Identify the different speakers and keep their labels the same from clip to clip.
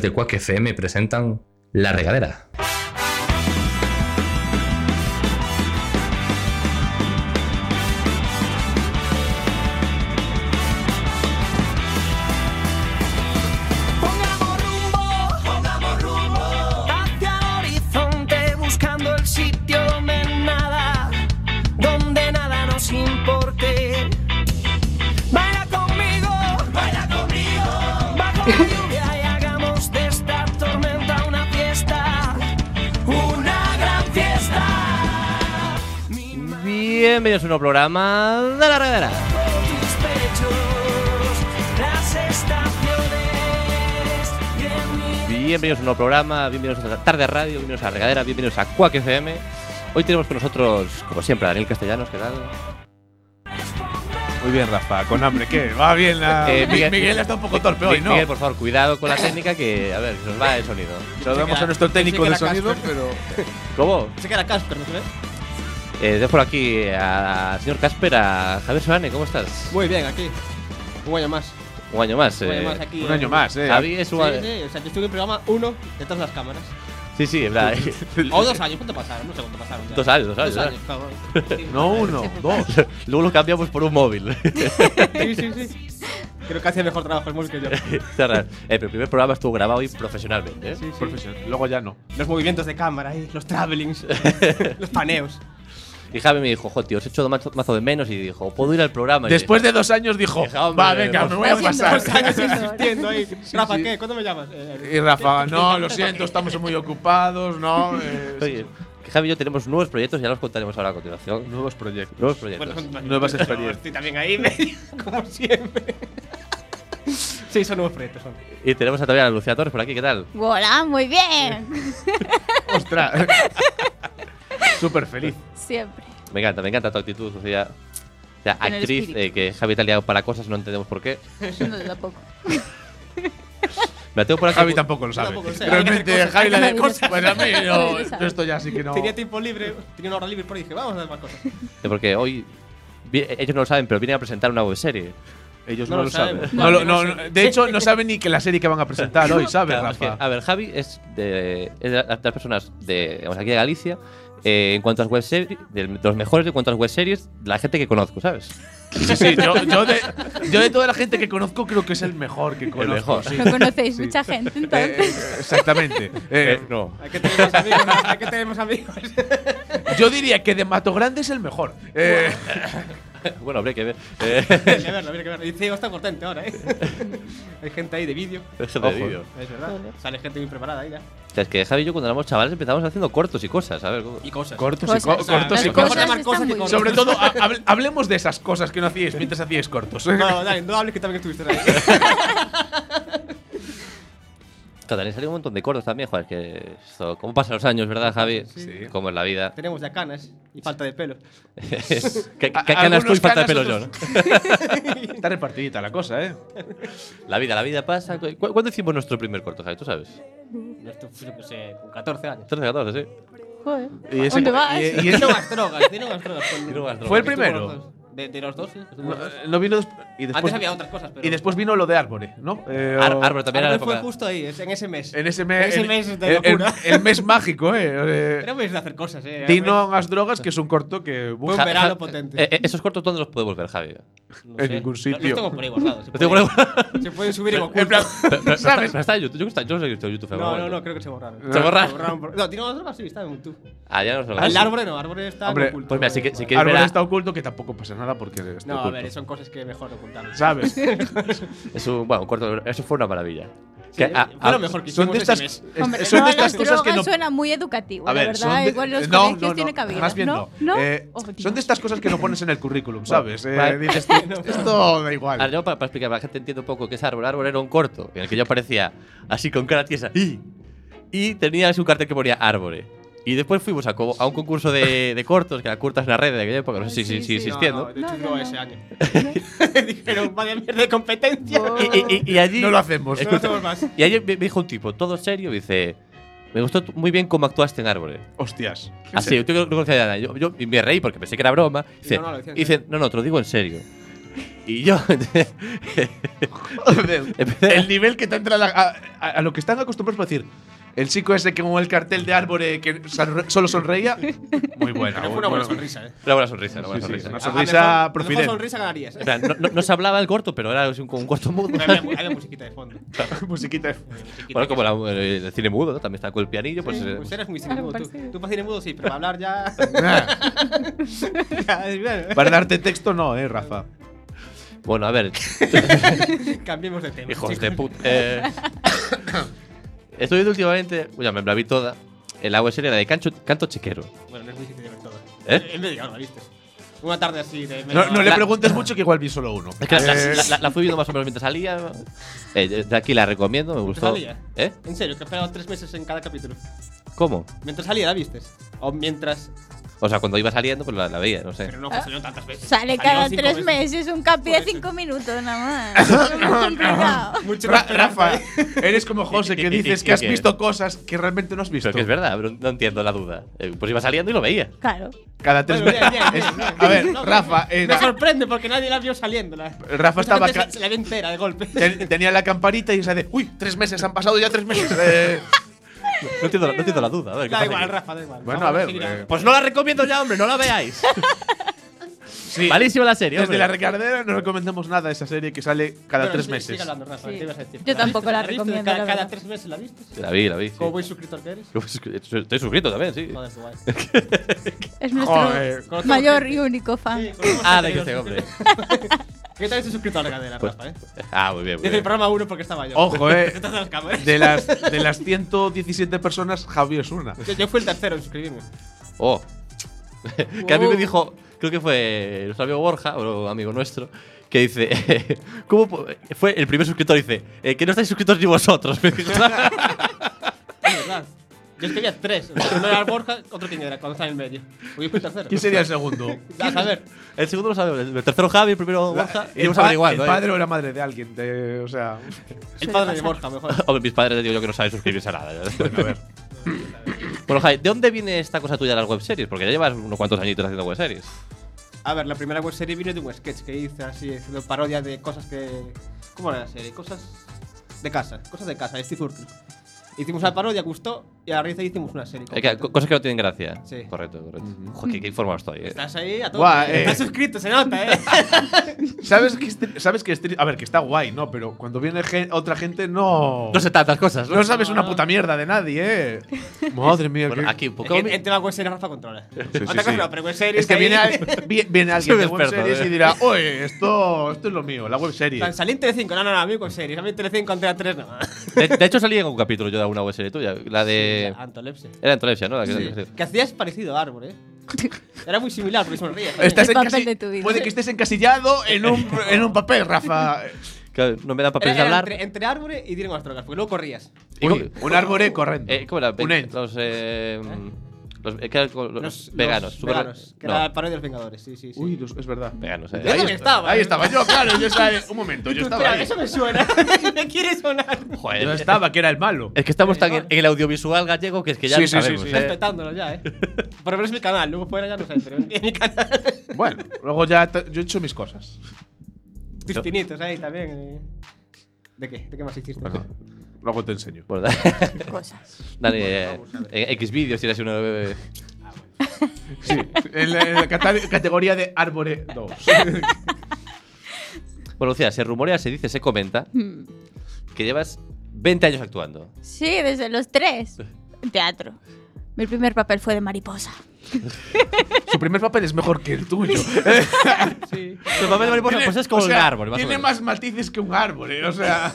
Speaker 1: de Quack FM presentan La Regadera.
Speaker 2: Pongamos rumbo, pongamos rumbo hacia el horizonte buscando el sitio donde nada, donde nada nos importe. Baila conmigo, baila conmigo, bajo la lluvia y hagamos de esta tormenta una fiesta, una gran fiesta.
Speaker 3: Bienvenidos a un nuevo programa de la regadera.
Speaker 2: Por tus pechos, las estaciones y en mi
Speaker 3: Bienvenidos a un nuevo programa, bienvenidos a la tarde radio, bienvenidos a la regadera, bienvenidos a Quack FM. Hoy tenemos con nosotros, como siempre, a Daniel Castellanos, ¿qué tal?
Speaker 4: Muy bien, Rafa, con hambre, ¿qué? Va bien la.
Speaker 3: Eh,
Speaker 4: Mi-
Speaker 3: Miguel-
Speaker 4: Ah, Miguel, está un poco torpe hoy,
Speaker 3: Miguel,
Speaker 4: ¿no?
Speaker 3: Miguel, por favor, cuidado con la técnica que, a ver, se nos va el sonido.
Speaker 4: Saludamos a nuestro técnico de sonido, pero.
Speaker 3: ¿Cómo?
Speaker 5: Se queda Casper, ¿no se ve?
Speaker 3: Eh, dejo aquí a- al señor Casper, a Javier Solane, ¿cómo estás?
Speaker 5: Muy bien, aquí. Un año más.
Speaker 3: Un año más.
Speaker 5: un año
Speaker 3: eh.
Speaker 5: más aquí.
Speaker 4: Un año más, ¿eh?
Speaker 3: Javi es
Speaker 5: Sí,
Speaker 3: un-
Speaker 5: sí, o sea, yo estuve en programa uno detrás de las cámaras.
Speaker 3: Sí, sí, en verdad.
Speaker 5: O dos años, ¿cuánto pasaron? No sé cuánto pasaron. ya.
Speaker 3: Dos años, dos años,
Speaker 5: Dos años, cabrón.
Speaker 4: No uno, dos.
Speaker 3: Luego lo cambiamos por un móvil.
Speaker 5: Sí, sí, sí. Creo que hacía mejor trabajo el móvil que yo.
Speaker 3: Está raro. Eh, pero el primer programa estuvo grabado hoy profesionalmente. ¿eh?
Speaker 5: Sí, sí.
Speaker 4: Profesional. Luego ya no.
Speaker 5: Los movimientos de cámara ahí, los travelings, los paneos.
Speaker 3: Y Javi me dijo, jo, tío, os he hecho mazo, mazo de menos. Y dijo, ¿puedo ir al programa? Y
Speaker 4: Después
Speaker 3: dije,
Speaker 4: de dos años dijo:
Speaker 3: Deja, hombre,
Speaker 4: Va, venga,
Speaker 3: dos-
Speaker 4: me voy a pasar.
Speaker 5: Dos años insistiendo ahí. Rafa, ¿qué? ¿Cuándo me llamas? Eh,
Speaker 4: Y Rafa, no, lo siento, estamos muy ocupados, ¿no? eh,
Speaker 3: Oye, que Javi y yo tenemos nuevos proyectos, ya los contaremos ahora a continuación.
Speaker 4: Nuevos proyectos.
Speaker 3: Nuevos proyectos.
Speaker 5: son-
Speaker 4: Eh, pues, Nuevas
Speaker 5: yo
Speaker 4: experiencias.
Speaker 5: Estoy también ahí, medio, como siempre. Sí, son nuevos proyectos. son.
Speaker 3: Y tenemos a todavía a Lucía Torres por aquí, ¿qué tal?
Speaker 6: Hola, muy bien.
Speaker 4: Ostras. Súper feliz.
Speaker 6: Siempre.
Speaker 3: Me encanta, me encanta tu actitud, Lucía. O sea,
Speaker 6: Con el
Speaker 3: actriz
Speaker 6: espíritu.
Speaker 3: eh, que Javi te ha liado para cosas, no entendemos por qué.
Speaker 6: No, tampoco.
Speaker 3: Me la tengo por aquí.
Speaker 4: Javi tampoco lo sabe.
Speaker 5: Tampoco lo sé.
Speaker 4: Realmente, Javi la de
Speaker 6: Javi lo
Speaker 4: cosas.
Speaker 6: sabe.
Speaker 4: Bueno, a mí no.
Speaker 6: Javi lo sabe.
Speaker 4: Yo esto ya sí que no.
Speaker 5: Tenía tiempo libre, tenía una hora libre, pero dije, vamos a hacer más cosas.
Speaker 3: Eh, Porque hoy. vi- Ellos no lo saben, pero vienen a presentar una web serie.
Speaker 4: Ellos
Speaker 5: No
Speaker 4: no,
Speaker 5: lo
Speaker 4: lo
Speaker 5: sabemos.
Speaker 4: saben. No lo- no, no, de hecho, no saben ni que la serie que van a presentar hoy, ¿sabes,
Speaker 3: Claro, es que,
Speaker 4: Rafa?
Speaker 3: a ver, Javi es de, es de las de las personas de digamos, aquí de Galicia. eh, en cuanto a web series, de los mejores en cuanto a las web series, de la gente que conozco, ¿sabes?
Speaker 4: Sí, sí, yo, yo de, yo de toda la gente que conozco creo que es el mejor que conozco.
Speaker 3: mejor.
Speaker 4: sí.
Speaker 6: No conocéis
Speaker 4: Sí.
Speaker 6: mucha gente,
Speaker 4: Eh, eh,
Speaker 6: entonces.
Speaker 4: exactamente. Eh,
Speaker 3: Eh, no.
Speaker 5: Hay que tener más amigos, hay que tener más amigos.
Speaker 4: yo diría que de Mato Grande es el mejor. Eh,
Speaker 3: Bueno, habría que ver. Eh,
Speaker 5: Habría que verlo, habría que verlo. Y Ciego está contento ahora, ¿eh? Hay gente ahí de vídeo,
Speaker 3: eso te
Speaker 4: Ojo.
Speaker 3: digo.
Speaker 5: es verdad. Sale gente muy preparada ahí ¿eh? ya.
Speaker 3: O sea, es que Javi y yo cuando éramos chavales empezábamos haciendo cortos y cosas, a ver. cómo-
Speaker 5: Y cosas.
Speaker 4: cortos y,
Speaker 6: Cosas,
Speaker 4: co-
Speaker 6: o sea,
Speaker 4: cortos y
Speaker 6: las cosas
Speaker 4: cosas.
Speaker 6: están muy bien.
Speaker 4: Sobre todo, ha- hable- hablemos de esas cosas que no hacíais mientras hacíais cortos.
Speaker 5: No, dale, no hables que también estuviste ahí.
Speaker 3: Catalán salió un montón de cortos también, joder, que esto, cómo pasan los años, ¿verdad, Javi?
Speaker 4: Sí.
Speaker 3: Cómo es la vida.
Speaker 5: Tenemos ya canas y falta de pelo.
Speaker 3: ¿Qué, qué
Speaker 4: A-
Speaker 3: ganas tú y
Speaker 4: algunos
Speaker 3: falta de pelo
Speaker 4: canas,
Speaker 3: yo?
Speaker 4: otros- Está repartidita la cosa, ¿eh?
Speaker 3: ¿no? La vida, la vida pasa. ¿Cu- cu- ¿Cuándo hicimos nuestro primer corto, Javi? ¿Tú sabes?
Speaker 5: No esto fue, yo qué sé, con 14 años.
Speaker 3: 13, 14, sí.
Speaker 6: Joder.
Speaker 4: Y ese-
Speaker 6: ¿Dónde vas?
Speaker 4: y- y-
Speaker 5: Dino más drogas, dino más drogas. con-
Speaker 3: Dino más drogas.
Speaker 4: ¿Fue el
Speaker 5: Estuvo
Speaker 4: primero?
Speaker 5: los dos. De, de los dos, sí. estuvo
Speaker 4: No,
Speaker 5: los dos.
Speaker 4: no vino des- y después.
Speaker 5: Antes había otras cosas, pero.
Speaker 4: Y después vino lo de Árbore, ¿no? Eh,
Speaker 3: Ar-
Speaker 4: o-
Speaker 3: árbol también era la
Speaker 5: Ahora fue
Speaker 3: época-
Speaker 5: justo ahí, es- en ese mes.
Speaker 4: En ese mes.
Speaker 5: Ese
Speaker 4: en-
Speaker 5: mes de
Speaker 4: el- el-
Speaker 5: locura.
Speaker 4: El, mes mágico, ¿eh?
Speaker 5: Era
Speaker 4: eh
Speaker 5: un mes de hacer cosas, eh.
Speaker 4: Dino las drogas, que es un corto que.
Speaker 5: Fue un
Speaker 3: Ja-
Speaker 5: verano
Speaker 3: ja-
Speaker 5: potente.
Speaker 3: eh, eh, esos cortos, ¿dónde los podemos ver, Javi?
Speaker 5: No
Speaker 4: en
Speaker 5: sé.
Speaker 4: ningún
Speaker 5: Lo-
Speaker 4: sitio.
Speaker 5: Los tengo por ahí guardados. Se,
Speaker 3: Los tengo
Speaker 5: pueden-
Speaker 3: por ahí
Speaker 5: se pueden subir en oculto.
Speaker 4: En plan,
Speaker 3: Pero- pero-
Speaker 4: ¿Sabes?
Speaker 3: pero está en YouTube. Yo, está- yo no sé que está en YouTube.
Speaker 5: No, no, no, creo que se borraron.
Speaker 3: ¿Se borraron?
Speaker 5: por- No, Dino más drogas sí, está en YouTube.
Speaker 3: Ah, ya no sé.
Speaker 5: El árbol no, árbol está
Speaker 4: Hombre,
Speaker 5: en oculto.
Speaker 3: Pues mira, si, que- si quieres
Speaker 4: Árbol
Speaker 3: ver a-
Speaker 4: está oculto, que tampoco pasa nada porque. está
Speaker 5: No, a
Speaker 4: oculto.
Speaker 5: ver, son cosas que mejor ocultar.
Speaker 4: ¿Sabes?
Speaker 3: Es un, bueno, un corto, eso fue una maravilla.
Speaker 5: Sí,
Speaker 3: Que ah, a-
Speaker 5: fue
Speaker 3: a-
Speaker 5: lo mejor que hicimos
Speaker 4: Son de
Speaker 5: ese
Speaker 4: estas,
Speaker 5: mes.
Speaker 4: es-
Speaker 6: Hombre,
Speaker 4: son
Speaker 6: no,
Speaker 4: de estas
Speaker 6: las
Speaker 4: cosas que
Speaker 6: drogas
Speaker 4: no.
Speaker 6: suena muy educativo,
Speaker 4: A ver,
Speaker 6: la
Speaker 4: son
Speaker 6: verdad.
Speaker 4: de- eh,
Speaker 6: Igual los
Speaker 4: no,
Speaker 6: colegios
Speaker 4: no, no,
Speaker 6: tiene cabida.
Speaker 4: Más bien no.
Speaker 6: ¿No?
Speaker 4: Eh,
Speaker 6: Oh,
Speaker 4: son
Speaker 6: Dios.
Speaker 4: de estas cosas que no pones en el currículum, ¿sabes? Eh,
Speaker 3: Vale.
Speaker 4: dices tú, esto da igual.
Speaker 3: Ahora, yo para, para explicar para que la gente entienda un poco qué es árbol. Árbol era un corto en el que yo aparecía así con cara tiesa y, y tenía su cartel que ponía árbol. Y después fuimos a, co- a un concurso de, de cortos, que era Curtas en la red de aquella época, no sé si
Speaker 6: Sí,
Speaker 3: si- si
Speaker 6: sí.
Speaker 3: existiendo.
Speaker 5: No, no, de hecho,
Speaker 6: No,
Speaker 5: no,
Speaker 6: no, no.
Speaker 5: ese año.
Speaker 4: este-
Speaker 5: Dijeron, vaya mierda de competencia. No
Speaker 3: Y, y- y- y allí,
Speaker 4: No lo hacemos.
Speaker 5: lo hacemos más.
Speaker 3: y allí me me dijo un tipo, todo serio, dice: Me gustó tu- muy bien cómo actuaste en árbol.
Speaker 4: Hostias.
Speaker 3: Así, yo no conocía nada. Yo, yo me reí porque pensé que era broma. Dice,
Speaker 5: no, no, lo decía en
Speaker 3: dice, no, no, te lo digo en serio. Y yo empecé
Speaker 4: El nivel que te entra a, la- a- a- a lo que están acostumbrados para decir. El chico ese que como el cartel de árbol que son- solo sonreía. Muy bueno.
Speaker 5: Fue una buena sonrisa, ¿eh?
Speaker 3: Una buena sonrisa, una buena
Speaker 4: Sí, sí,
Speaker 3: sonrisa.
Speaker 4: una
Speaker 5: A- a
Speaker 4: sonrisa
Speaker 5: mejor- a
Speaker 4: profidel.
Speaker 5: mejor sonrisa ganarías,
Speaker 3: O
Speaker 5: ¿eh?
Speaker 3: sea, no, no- no se hablaba el corto, pero era un, un corto mudo.
Speaker 5: Había había musiquita de fondo.
Speaker 4: Musiquita de-
Speaker 3: bueno, como la- eh, el, cine mudo, ¿no? también está con el pianillo. Pues,
Speaker 5: Sí,
Speaker 3: eh,
Speaker 5: pues eres muy cinemudo. Tú,
Speaker 6: parecido.
Speaker 5: tú para cinemudo sí, pero para hablar ya. Ya, ¿eh? bueno,
Speaker 4: Para darte texto, no, eh, Rafa.
Speaker 3: bueno, a ver,
Speaker 5: Cambiemos de tema.
Speaker 3: hijos
Speaker 5: chicos.
Speaker 3: de puta. eh. estoy viendo últimamente, ya me la vi toda, en la web serie la de Cancho- Canto Chequero.
Speaker 5: Bueno, no es muy difícil de ver todo.
Speaker 3: ¿Eh?
Speaker 5: Es media hora, ¿viste? Una tarde así de.
Speaker 4: No,
Speaker 5: media
Speaker 4: no
Speaker 5: hora.
Speaker 4: le
Speaker 5: La-
Speaker 4: preguntes mucho que igual vi solo uno. Eh,
Speaker 3: Es que la, la- la- la fui viendo más o menos mientras salía. Eh, desde aquí la recomiendo, me gustó.
Speaker 5: salía?
Speaker 3: ¿Eh?
Speaker 5: En serio, que he esperado tres meses en cada capítulo.
Speaker 3: ¿Cómo?
Speaker 5: Mientras salía, la viste. O mientras.
Speaker 3: O sea, cuando iba saliendo, pues la, la veía, no sé.
Speaker 5: Pero no,
Speaker 4: Ah.
Speaker 5: pues salieron tantas veces.
Speaker 6: Sale
Speaker 5: Salieron
Speaker 6: cada
Speaker 5: cinco
Speaker 6: tres
Speaker 5: veces.
Speaker 6: meses un capi de
Speaker 5: Por eso.
Speaker 6: cinco minutos nada más. Es muy complicado.
Speaker 5: Mucho
Speaker 4: Ra-
Speaker 5: más
Speaker 4: Rafa,
Speaker 5: esperanza, ¿eh?
Speaker 4: eres como
Speaker 3: Y-
Speaker 4: José
Speaker 3: y-
Speaker 4: que
Speaker 3: y- y-
Speaker 4: dices
Speaker 3: y-
Speaker 4: que has
Speaker 3: que-
Speaker 4: visto cosas que realmente no has visto.
Speaker 3: Pero que es verdad, pero no entiendo la duda. Eh, pues iba saliendo y lo veía.
Speaker 6: Claro.
Speaker 4: Cada tres
Speaker 5: Bueno,
Speaker 4: meses.
Speaker 5: bien, bien, bien, bien.
Speaker 4: A ver,
Speaker 5: No,
Speaker 4: Rafa,
Speaker 5: Me
Speaker 4: era-
Speaker 5: sorprende porque nadie la vio saliendo. La...
Speaker 4: Rafa estaba
Speaker 5: Mucha
Speaker 4: ca-
Speaker 5: gente Se, se la vio entera de golpe.
Speaker 4: ten- tenía la camparita y se de, uy, tres meses han pasado ya tres meses. eh.
Speaker 3: No entiendo, la- no entiendo la duda. A ver, ¿qué
Speaker 5: Da
Speaker 3: pasa
Speaker 5: igual,
Speaker 3: aquí?
Speaker 5: Rafa, da igual.
Speaker 4: Bueno,
Speaker 5: Vamos
Speaker 4: a ver,
Speaker 5: seguir
Speaker 4: eh,
Speaker 3: Pues no la recomiendo ya, hombre, no la veáis.
Speaker 4: Sí.
Speaker 3: Malísima la serie,
Speaker 4: Desde
Speaker 3: hombre.
Speaker 4: la recardera no recomendamos nada esa serie que sale cada
Speaker 5: Bueno,
Speaker 4: tres
Speaker 5: sí,
Speaker 4: meses.
Speaker 5: sigue hablando, Rafa,
Speaker 6: Sí.
Speaker 5: ¿qué ibas a decir?
Speaker 6: Yo tampoco la
Speaker 5: viste?
Speaker 6: recomiendo,
Speaker 5: Cada,
Speaker 6: la
Speaker 5: cada
Speaker 6: verdad.
Speaker 5: tres meses la viste.
Speaker 3: la vi, la vi. sí.
Speaker 5: Como buen suscriptor que eres.
Speaker 3: Estoy suscrito también, sí.
Speaker 5: Joder, qué guay.
Speaker 6: Es nuestro
Speaker 4: Joder.
Speaker 6: mayor y único fan.
Speaker 5: Sí, conocemos
Speaker 3: Ah,
Speaker 5: a
Speaker 3: de que este
Speaker 5: Taylor
Speaker 3: hombre.
Speaker 5: Swift. ¿Qué tal ese suscriptor de cadena, Rafa? Eh?
Speaker 3: Ah, muy bien, muy
Speaker 5: Desde el
Speaker 3: bien.
Speaker 5: programa 1 porque estaba yo.
Speaker 4: Pues, Ojo, eh.
Speaker 5: Estás en las cámaras.
Speaker 4: De las, de las 117 personas, Javi es una.
Speaker 5: Yo, yo fui el tercero en suscribirme.
Speaker 3: Oh. que a mí me dijo, creo que fue nuestro amigo Borja, o amigo nuestro, que dice, ¿cómo po- fue el primer suscriptor? Dice, "Eh, que no estáis suscritos ni vosotros. Me dijo.
Speaker 5: Es verdad. Yo es que había tres. Uno era Borja, otro quién era, cuando estaba en el medio. Uy, fui el tercero.
Speaker 4: ¿Quién sería el segundo?
Speaker 5: A saber.
Speaker 3: el segundo lo sabemos, el tercero Javi, el primero Borja, y
Speaker 4: el,
Speaker 3: hemos
Speaker 4: pa-
Speaker 3: averiguado.
Speaker 4: el
Speaker 3: ¿eh?
Speaker 4: padre o la madre de alguien. de- o sea,
Speaker 5: El padre de Borja, mejor.
Speaker 3: Hombre, mis padres les digo yo que no saben suscribirse a nada. Bueno, Javi, ¿de dónde viene esta cosa tuya de las webseries? Porque ya llevas unos cuantos añitos haciendo webseries.
Speaker 5: A ver, la primera web serie vino de un sketch que hice así, haciendo parodia de cosas que. ¿Cómo era la serie? Cosas de casa, cosas de casa, de Steve Urkel. Hicimos la parodia, gustó, y a raíz de ahí hicimos una serie.
Speaker 3: Eh, que- co- cosas que no tienen gracia.
Speaker 5: Sí.
Speaker 3: Correcto, correcto. Ojo, qué, qué informado estoy. eh.
Speaker 5: Estás ahí a tope.
Speaker 4: Guau, eh.
Speaker 5: Estás suscrito, se nota, eh.
Speaker 4: ¿sabes que, este- sabes que este- a ver, que está guay, ¿no? Pero cuando viene gen- otra gente, no.
Speaker 3: No sé tantas cosas, ¿no?
Speaker 4: No sabes una puta mierda de nadie, ¿eh? Madre mía.
Speaker 3: Bueno,
Speaker 4: qué-
Speaker 3: aquí un
Speaker 5: Es
Speaker 3: poco.
Speaker 5: que el tema web serie Rafa controla.
Speaker 4: sí,
Speaker 5: Otra cosa
Speaker 4: sí.
Speaker 5: no, pero web series.
Speaker 4: Es que
Speaker 5: ahí-
Speaker 4: viene, al- vi- viene alguien
Speaker 3: Soy
Speaker 4: de
Speaker 3: un
Speaker 4: web
Speaker 3: experto,
Speaker 4: series
Speaker 3: ¿eh?
Speaker 4: y dirá, oye, esto, esto es lo mío, la web serie.
Speaker 5: Tan salí en Telecinco, no, no, no, a mí web series. A mí en Telecinco Antena 3 no.
Speaker 3: De, de hecho, salí en un capítulo yo de una webserie tuya. La de.
Speaker 5: Antolepsia.
Speaker 3: Era Antolepsia, ¿no? La que-
Speaker 5: Que hacías parecido a Árbol, eh. Era muy similar, porque sonríes.
Speaker 3: Este
Speaker 5: también.
Speaker 4: Estás
Speaker 6: El papel
Speaker 4: encasi-
Speaker 6: de tu vida.
Speaker 4: Puede que estés encasillado en un, en un papel, Rafa.
Speaker 3: Claro, no me da
Speaker 5: Era-
Speaker 3: papeles de
Speaker 5: era
Speaker 3: hablar.
Speaker 5: Entre, entre árboles y Diego Astrogas, porque luego corrías.
Speaker 3: Y
Speaker 4: Uy,
Speaker 3: co-
Speaker 4: un árbol corriendo.
Speaker 3: eh, ¿Cómo era?
Speaker 4: Un ent.
Speaker 3: Los. eh, los, eh, que eran con- los
Speaker 5: Los-
Speaker 3: veganos.
Speaker 5: los
Speaker 3: super-
Speaker 5: veganos, que
Speaker 3: no,
Speaker 5: era la parodia de los Vengadores, sí, sí. sí.
Speaker 4: Uy, los- es verdad.
Speaker 3: veganos,
Speaker 5: Yo
Speaker 3: eh.
Speaker 5: también estaba,
Speaker 4: Ahí
Speaker 5: ¿eh?
Speaker 4: estaba yo, claro, yo estaba. Un momento, yo
Speaker 5: Tú,
Speaker 4: estaba.
Speaker 5: espera,
Speaker 4: ahí.
Speaker 5: eso me suena. me quiere sonar.
Speaker 3: Joder,
Speaker 4: Yo
Speaker 3: es-
Speaker 4: estaba, que era el malo.
Speaker 3: Es que estamos tan en, en el audiovisual gallego que es que ya
Speaker 4: Sí,
Speaker 3: no
Speaker 4: sí, sí,
Speaker 3: sabemos,
Speaker 4: sí.
Speaker 3: eh.
Speaker 5: Respetándolo ya, eh. Por lo menos mi canal, luego fuera ya no sé, pero en mi canal.
Speaker 4: Bueno, luego ya te- yo he hecho mis cosas.
Speaker 5: Tus pinitos ahí también. eh. ¿De qué? ¿De qué más hiciste?
Speaker 4: Luego te enseño.
Speaker 3: Bueno,
Speaker 6: Cosas.
Speaker 3: Dani, eh, en X vídeos tienes uno. eh,
Speaker 4: Sí, en la, en la cata- categoría de árbore 2.
Speaker 3: Bueno, Lucía, se rumorea, se dice, se comenta
Speaker 6: Hmm.
Speaker 3: que llevas 20 años actuando.
Speaker 6: Sí, desde los tres. Teatro. Mi primer papel fue de mariposa.
Speaker 4: Su primer papel es mejor que el tuyo.
Speaker 5: Sí.
Speaker 3: El papel de mariposa,
Speaker 4: Tiene-
Speaker 3: pues es como
Speaker 4: o
Speaker 3: un
Speaker 4: sea,
Speaker 3: árbol, más o
Speaker 4: Tiene
Speaker 3: menos. pues.
Speaker 4: más matices que un árbol, eh, o sea.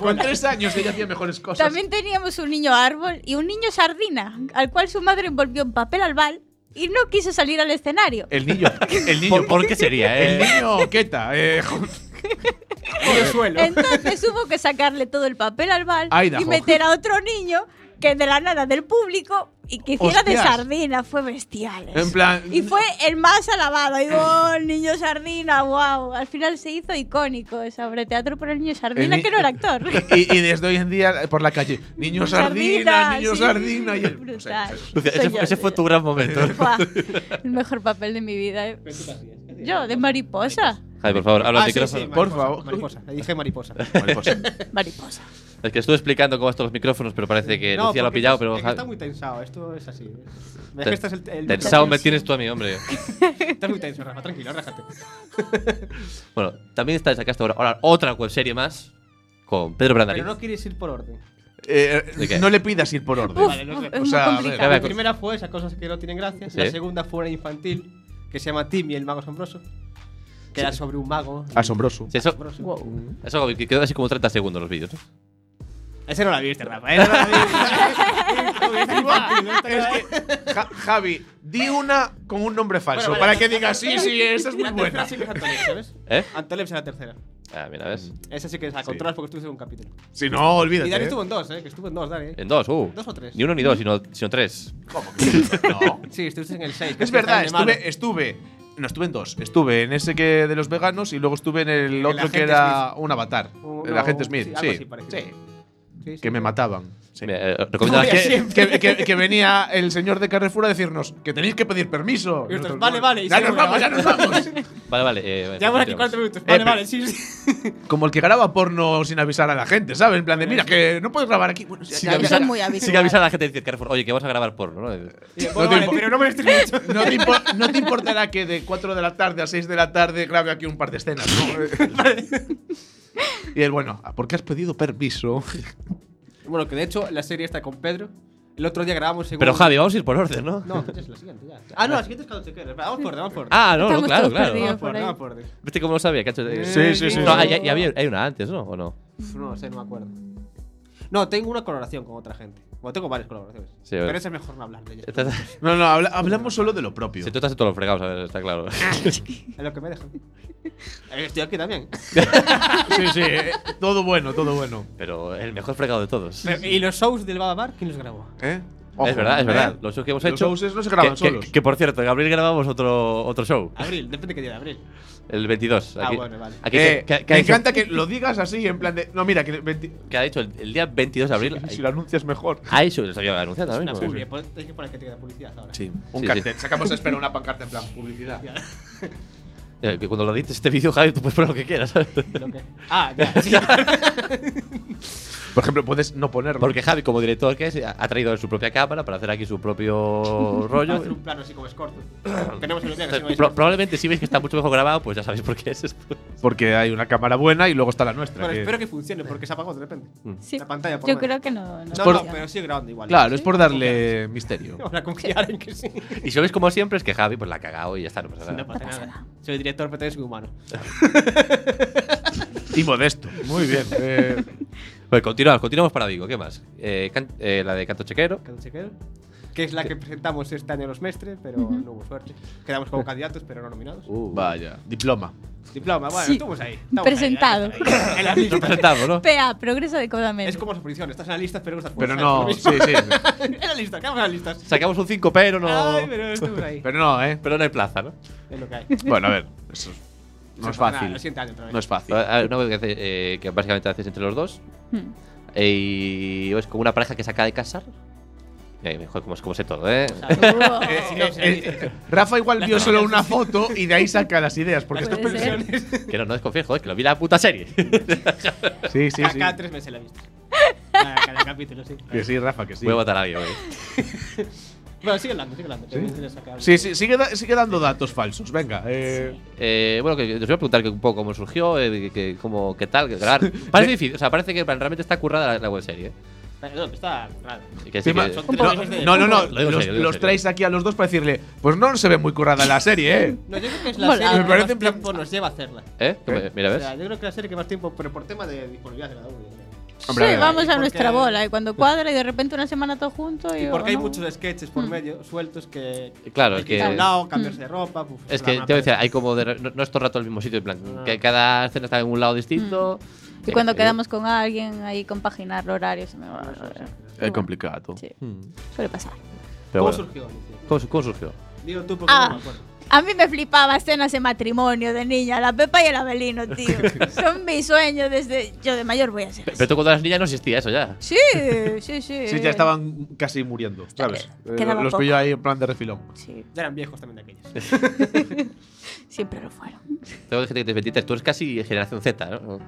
Speaker 4: con tres años ella hacía mejores cosas.
Speaker 6: También teníamos un niño árbol y un niño sardina, al cual su madre envolvió en papel albal y no quiso salir al escenario.
Speaker 4: El niño. El niño.
Speaker 3: ¿Por, por qué sería,
Speaker 4: El
Speaker 3: eh?
Speaker 4: niño Keta. Eh, jo-
Speaker 5: Yo suelo.
Speaker 6: Entonces hubo que sacarle todo el papel albal
Speaker 4: Idaho.
Speaker 6: y meter a otro niño que de la nada del público y que hiciera de
Speaker 4: Hostias.
Speaker 6: sardina. Fue bestial. eso.
Speaker 4: En plan-
Speaker 6: Y fue el más alabado. Digo, "Oh, el niño sardina, wow. Al final se hizo icónico sobre teatro por el niño sardina,
Speaker 4: ni-
Speaker 6: que no era actor.
Speaker 4: y, y desde hoy en día eh, por la calle. Niño sardina, niño
Speaker 6: sí,
Speaker 4: sardina. Y el-
Speaker 6: brutal.
Speaker 3: Lucía,
Speaker 6: Soy
Speaker 3: ese,
Speaker 6: yo.
Speaker 3: ese fue tu gran momento.
Speaker 6: Buah, el mejor papel de mi vida. eh.
Speaker 5: Pero tú te hacías.
Speaker 6: Yo, de mariposa.
Speaker 3: Javi, por favor, habla
Speaker 5: Ah,
Speaker 3: al
Speaker 5: sí, sí,
Speaker 3: micrófono.
Speaker 4: Por
Speaker 5: mariposa,
Speaker 4: favor.
Speaker 5: Mariposa, Le dije mariposa.
Speaker 4: Mariposa.
Speaker 6: Mariposa.
Speaker 3: Es que estuve explicando cómo están los micrófonos, pero parece que Lucía lo ha
Speaker 5: porque
Speaker 3: pillado,
Speaker 5: es-
Speaker 3: pero
Speaker 5: es que está
Speaker 3: Javi.
Speaker 5: muy tensado, esto es así. ¿eh? Me
Speaker 3: Ten-
Speaker 5: gestas el, el
Speaker 3: Tensado
Speaker 5: micrófono.
Speaker 3: me tienes tú a mí, hombre.
Speaker 5: Estás muy tenso, Rafa, tranquilo, relájate.
Speaker 3: Bueno, también está sacaste ahora, ahora otra webserie más con Pedro Brandariz.
Speaker 5: Pero no quieres ir por orden.
Speaker 4: Eh,
Speaker 3: ¿De qué?
Speaker 4: no le pidas ir por orden.
Speaker 6: Uf,
Speaker 5: Vale, no sé.
Speaker 6: uf, es
Speaker 4: O sea, a ver.
Speaker 6: muy complicado.
Speaker 3: A
Speaker 5: La
Speaker 3: ver,
Speaker 5: primera fue esas cosas que no tienen gracia.
Speaker 3: Sí.
Speaker 5: La segunda fue una infantil que se llama Timmy, el mago asombroso. Que era sobre un mago.
Speaker 4: Asombroso.
Speaker 3: Sí, eso,
Speaker 5: asombroso.
Speaker 6: Wow.
Speaker 3: eso que quedó así como 30 segundos los vídeos. ¿eh? ¿no?
Speaker 5: Ese no la viste, Rafa. Ese no la viste.
Speaker 4: Es que, Ja- Javi, di una con un nombre falso
Speaker 5: Bueno, vale.
Speaker 4: para que digas, sí, sí, esa es muy buena.
Speaker 5: Sí que es Antolev, ¿sabes?
Speaker 3: ¿Eh?
Speaker 5: Antolev es la tercera.
Speaker 3: Ah, mira, ¿ves?
Speaker 5: Esa sí que es la controlas porque estuviste en un capítulo.
Speaker 4: Si no, olvídate.
Speaker 5: Y Dani
Speaker 4: ¿eh?
Speaker 5: estuvo en dos, ¿eh? Que estuvo en dos, Dani. ¿eh?
Speaker 3: En dos, uh.
Speaker 5: Dos o tres.
Speaker 3: Ni uno ni dos, sino, sino tres.
Speaker 4: No.
Speaker 5: Sí, estuviste en el 6.
Speaker 4: Es verdad, estuve, estuve. No, estuve en dos. Estuve en ese que de los veganos y luego estuve en el, otro
Speaker 5: agente
Speaker 4: que era un avatar.
Speaker 5: O-
Speaker 4: el
Speaker 5: no,
Speaker 4: agente
Speaker 5: sí,
Speaker 4: Smith.
Speaker 5: algo
Speaker 4: Sí,
Speaker 5: así parecido.
Speaker 4: sí, Que me mataban. Sí.
Speaker 3: Mira, eh, recomiendo a la
Speaker 5: Obvio,
Speaker 3: gente-
Speaker 5: sí.
Speaker 4: Que, que- que venía el señor de Carrefour a decirnos que tenéis que pedir permiso.
Speaker 5: Y
Speaker 4: Nosotros,
Speaker 5: nosotros, vale, vale, y
Speaker 4: Ya
Speaker 5: sí,
Speaker 4: nos
Speaker 5: bueno,
Speaker 4: vamos, ya nos vamos.
Speaker 3: Vale, vale. Eh, vale,
Speaker 5: Llevamos aquí
Speaker 3: continuamos.
Speaker 5: 40 minutos. Vale,
Speaker 4: Eh,
Speaker 5: vale, sí, sí.
Speaker 4: Como el que graba porno sin avisar a la gente, ¿sabes? En plan de, mira, que no puedes grabar aquí. Bueno, ya-
Speaker 3: Sin
Speaker 4: ya-
Speaker 6: Yo
Speaker 4: ya-
Speaker 6: soy muy
Speaker 3: Sin avisar
Speaker 6: habitual.
Speaker 3: a la gente de decir Carrefour, oye, que vamos a grabar porno, ¿no?
Speaker 5: Y,
Speaker 4: No
Speaker 5: bueno,
Speaker 4: te
Speaker 5: vale,
Speaker 4: impo-
Speaker 5: pero no me lo estés mucho.
Speaker 4: No te, impo- no te importará que de 4 de la tarde a 6 de la tarde grabe aquí un par de escenas, ¿no? y él, bueno, ah, ¿por qué has pedido permiso?
Speaker 5: Bueno, que de hecho la serie está con Pedro. El otro día grabamos en
Speaker 3: Pero
Speaker 5: un-
Speaker 3: Javi, vamos a ir por orden, ¿no?
Speaker 5: No, es la siguiente ya. Ah, no, la siguiente es cuando te quieres. Vamos por, vamos por.
Speaker 3: Ah, no, no
Speaker 6: Estamos
Speaker 3: claro,
Speaker 6: todos
Speaker 3: claro.
Speaker 6: perdidos.
Speaker 5: vamos por,
Speaker 6: por ahí.
Speaker 5: vamos por. No,
Speaker 3: ¿Viste cómo lo sabía, cacho? Eh,
Speaker 4: Sí, sí, sí,
Speaker 3: No,
Speaker 4: sí.
Speaker 3: hay, hay- había- hay una antes, ¿no? ¿O no?
Speaker 5: no sé, no me acuerdo. No, tengo una colaboración con otra gente. Bueno, tengo varias colaboraciones.
Speaker 3: Sí,
Speaker 5: pero
Speaker 3: vale.
Speaker 5: esa es mejor no hablar de ellas.
Speaker 3: Esta-
Speaker 4: No, no, habla- hablamos solo de lo propio.
Speaker 3: Si tú estás en todos los fregados, a ver, está claro.
Speaker 5: Es lo que me dejan. Eh, Estoy aquí también.
Speaker 4: Sí, sí, eh, todo bueno, todo bueno.
Speaker 3: Pero el mejor fregado de todos.
Speaker 5: Pero, ¿Y los shows del Baba Bar? ¿Quién los grabó?
Speaker 4: ¿Eh?
Speaker 3: es verdad, es verdad. Los shows que hemos
Speaker 4: Los
Speaker 3: hecho.
Speaker 4: shows no se graban
Speaker 3: que,
Speaker 4: solos.
Speaker 3: Que, que, por cierto, en abril grabamos otro, otro show.
Speaker 5: Abril, depende qué día de abril.
Speaker 3: El 22.
Speaker 5: Ah,
Speaker 3: Aquí-
Speaker 5: bueno, vale.
Speaker 3: aquí
Speaker 4: Eh,
Speaker 3: que, que- que ha
Speaker 4: me
Speaker 3: dicho-
Speaker 4: encanta que lo digas así, en plan de. No, mira, que. veinti-
Speaker 3: que ha dicho el, el día 22 de abril.
Speaker 4: si lo anuncias mejor.
Speaker 3: Ah, eso lo había anunciado ahora
Speaker 5: Una
Speaker 3: mismo.
Speaker 5: publicidad. Pon- Tienes pues, que poner que te queda publicidad ahora.
Speaker 4: Sí, un
Speaker 3: sí.
Speaker 4: cartel. Sacamos a espera una pancarta en plan publicidad.
Speaker 3: Eh, que cuando lo dices este vídeo, Javi, tú puedes poner lo que quieras. ¿sabes?
Speaker 5: ¿Lo qué? Ah, ya. sí.
Speaker 4: Por ejemplo, puedes no ponerlo.
Speaker 3: Porque Javi, como director que es, ha ha traído su propia cámara para hacer aquí su propio
Speaker 5: Vamos a hacer
Speaker 3: rollo.
Speaker 5: un plano así como escorto. Tenemos el día que si no
Speaker 3: Entonces,
Speaker 5: hay
Speaker 3: pro- probablemente si veis que está mucho mejor grabado, pues ya sabéis por qué es esto.
Speaker 4: Porque hay una cámara buena y luego está la nuestra.
Speaker 5: Bueno,
Speaker 4: que-
Speaker 5: espero que funcione porque se apagó de repente.
Speaker 6: Sí.
Speaker 5: La pantalla, por
Speaker 6: Yo
Speaker 5: lo menos.
Speaker 6: creo que no. no
Speaker 5: No,
Speaker 6: funciona.
Speaker 5: no, pero sigue grabando igual.
Speaker 4: Claro, es por darle misterio.
Speaker 5: Vamos a confiar en que sí.
Speaker 3: Y si lo veis como siempre, es que Javi pues la ha cagado y ya está, no pasa nada.
Speaker 5: No pasa nada. Soy director, pero también soy humano.
Speaker 4: Y modesto. Muy bien. eh,
Speaker 3: Pues continuamos, continuamos para Vigo, ¿qué más? Eh, can- eh, la de Canto Chequero.
Speaker 5: Cuando se quede. Que es la que presentamos este año los mestres, pero no hubo suerte. Quedamos como candidatos, pero no nominados.
Speaker 4: Uh, vaya. Pues Diploma.
Speaker 5: Diploma, bueno,
Speaker 6: Sí.
Speaker 5: estuvimos ahí. Estamos
Speaker 6: Presentado.
Speaker 5: ahí, ahí, ahí. En las listas.
Speaker 3: Presentamos, ¿no?
Speaker 6: PA, progreso de Codamed.
Speaker 5: Es como las oposiciones, estás en la lista, pero no estás
Speaker 4: Pero
Speaker 5: fuera,
Speaker 4: no,
Speaker 5: ¿sabes? Lo mismo.
Speaker 4: sí, sí.
Speaker 5: en la lista, quedamos en las listas.
Speaker 3: Sacamos un 5, pero no.
Speaker 5: Ay, pero estuvimos ahí.
Speaker 4: Pero no, ¿eh?
Speaker 3: Pero no hay plaza, ¿no?
Speaker 5: Es lo que hay.
Speaker 4: Bueno, a ver. Eso no es
Speaker 5: Nada, lo
Speaker 4: fácil.
Speaker 5: siguiente año otra vez.
Speaker 4: No es fácil.
Speaker 3: A- a- Una cosa que, hace, eh, que básicamente haces entre los dos.
Speaker 6: Hmm.
Speaker 3: eh, Y es como una pareja que se acaba de casar. Y ahí, joder, como, como sé todo, ¿eh?
Speaker 6: Wow.
Speaker 5: Eh, si no, si no,
Speaker 4: Eh, eh, Rafa igual vio solo una foto y de ahí saca las ideas. Porque
Speaker 5: las
Speaker 4: esto
Speaker 6: Puede ser.
Speaker 5: oposiciones.
Speaker 3: que no, no desconfíes, joder, que lo vi la puta serie.
Speaker 4: Sí, sí,
Speaker 5: Cada,
Speaker 4: sí.
Speaker 5: cada tres meses la he visto. Cada, cada capítulo, sí.
Speaker 4: Que sí, Rafa, que sí.
Speaker 3: Voy a matar a alguien, güey.
Speaker 5: Bueno, sigue hablando, sigue hablando. que me interesa que hable.
Speaker 4: Sí, sí, sigue, da- sigue dando datos falsos. Venga. Eh,
Speaker 3: Eh, bueno, que, que os voy a preguntar que un poco cómo surgió, eh, que, que- cómo, qué tal, que grabar. Parece difícil, o sea, parece que realmente está currada la, la webserie. ¿eh?
Speaker 5: Eh, No, está raro.
Speaker 3: Y que sí
Speaker 4: encima-
Speaker 3: que-
Speaker 5: son
Speaker 4: Eh, no,
Speaker 5: tres meses de-
Speaker 4: no, no, no,
Speaker 3: Lo digo en serio,
Speaker 4: Los,
Speaker 3: lo digo en
Speaker 4: los
Speaker 3: serio.
Speaker 4: traes aquí a los dos para decirle: Pues no se ve muy currada la serie, ¿eh?
Speaker 5: No, yo creo que es la
Speaker 6: Mola.
Speaker 5: serie
Speaker 6: Me
Speaker 5: que
Speaker 4: parece
Speaker 5: más
Speaker 4: en plan-
Speaker 5: tiempo nos lleva a hacerla.
Speaker 3: ¿Eh? Que me- Mira,
Speaker 5: O
Speaker 3: ¿ves?
Speaker 5: sea, yo creo que la serie que más tiempo, pero por tema de disponibilidad de cada uno. yo creo.
Speaker 4: Hombre, a
Speaker 6: sí,
Speaker 4: ver.
Speaker 6: vamos a
Speaker 5: Porque-
Speaker 6: nuestra bola. Y cuando cuadra y de repente una semana todo junto. Y
Speaker 5: Y porque hay
Speaker 6: no. Mm.
Speaker 5: muchos sketches por medio, sueltos que.
Speaker 3: Y claro,
Speaker 5: hay
Speaker 3: es
Speaker 5: que. ir a un
Speaker 3: que-
Speaker 5: lado, cambiarse de ropa. uf,
Speaker 3: Es que
Speaker 5: la
Speaker 3: te
Speaker 5: mano
Speaker 3: voy a decir,
Speaker 5: pereza.
Speaker 3: hay como de- no, no es todo el rato el mismo sitio, en plan,
Speaker 5: No.
Speaker 3: que cada escena está en un lado distinto.
Speaker 6: Y
Speaker 3: Eh,
Speaker 6: cuando
Speaker 3: eh,
Speaker 6: quedamos con alguien ahí compaginar horarios. se me va-
Speaker 4: eh, Es complicado.
Speaker 6: Sí,
Speaker 3: Mm.
Speaker 6: suele pasar.
Speaker 3: Pero
Speaker 5: ¿Cómo
Speaker 3: bueno,
Speaker 5: surgió? Alicia?
Speaker 3: ¿cómo, su- cómo surgió?
Speaker 5: Dilo tú porque
Speaker 6: Ah.
Speaker 5: no me acuerdo.
Speaker 6: A mí me flipaba escenas de matrimonio de niña, la Pepa y el Abelino, tío. Son mis sueños desde. Yo de mayor voy a ser.
Speaker 3: Pe-
Speaker 6: así.
Speaker 3: Pero tú cuando eras niña no existía eso ya.
Speaker 6: Sí, sí, sí.
Speaker 4: Sí, ya estaban casi muriendo, ¿sabes? Eh,
Speaker 6: Eh, quedaba
Speaker 4: los
Speaker 6: poco.
Speaker 4: pilló ahí en plan de refilón.
Speaker 6: Sí.
Speaker 5: Ya eran viejos también de aquellos.
Speaker 6: Siempre lo fueron.
Speaker 3: Tengo gente que te 23, tú eres casi generación Z, ¿no?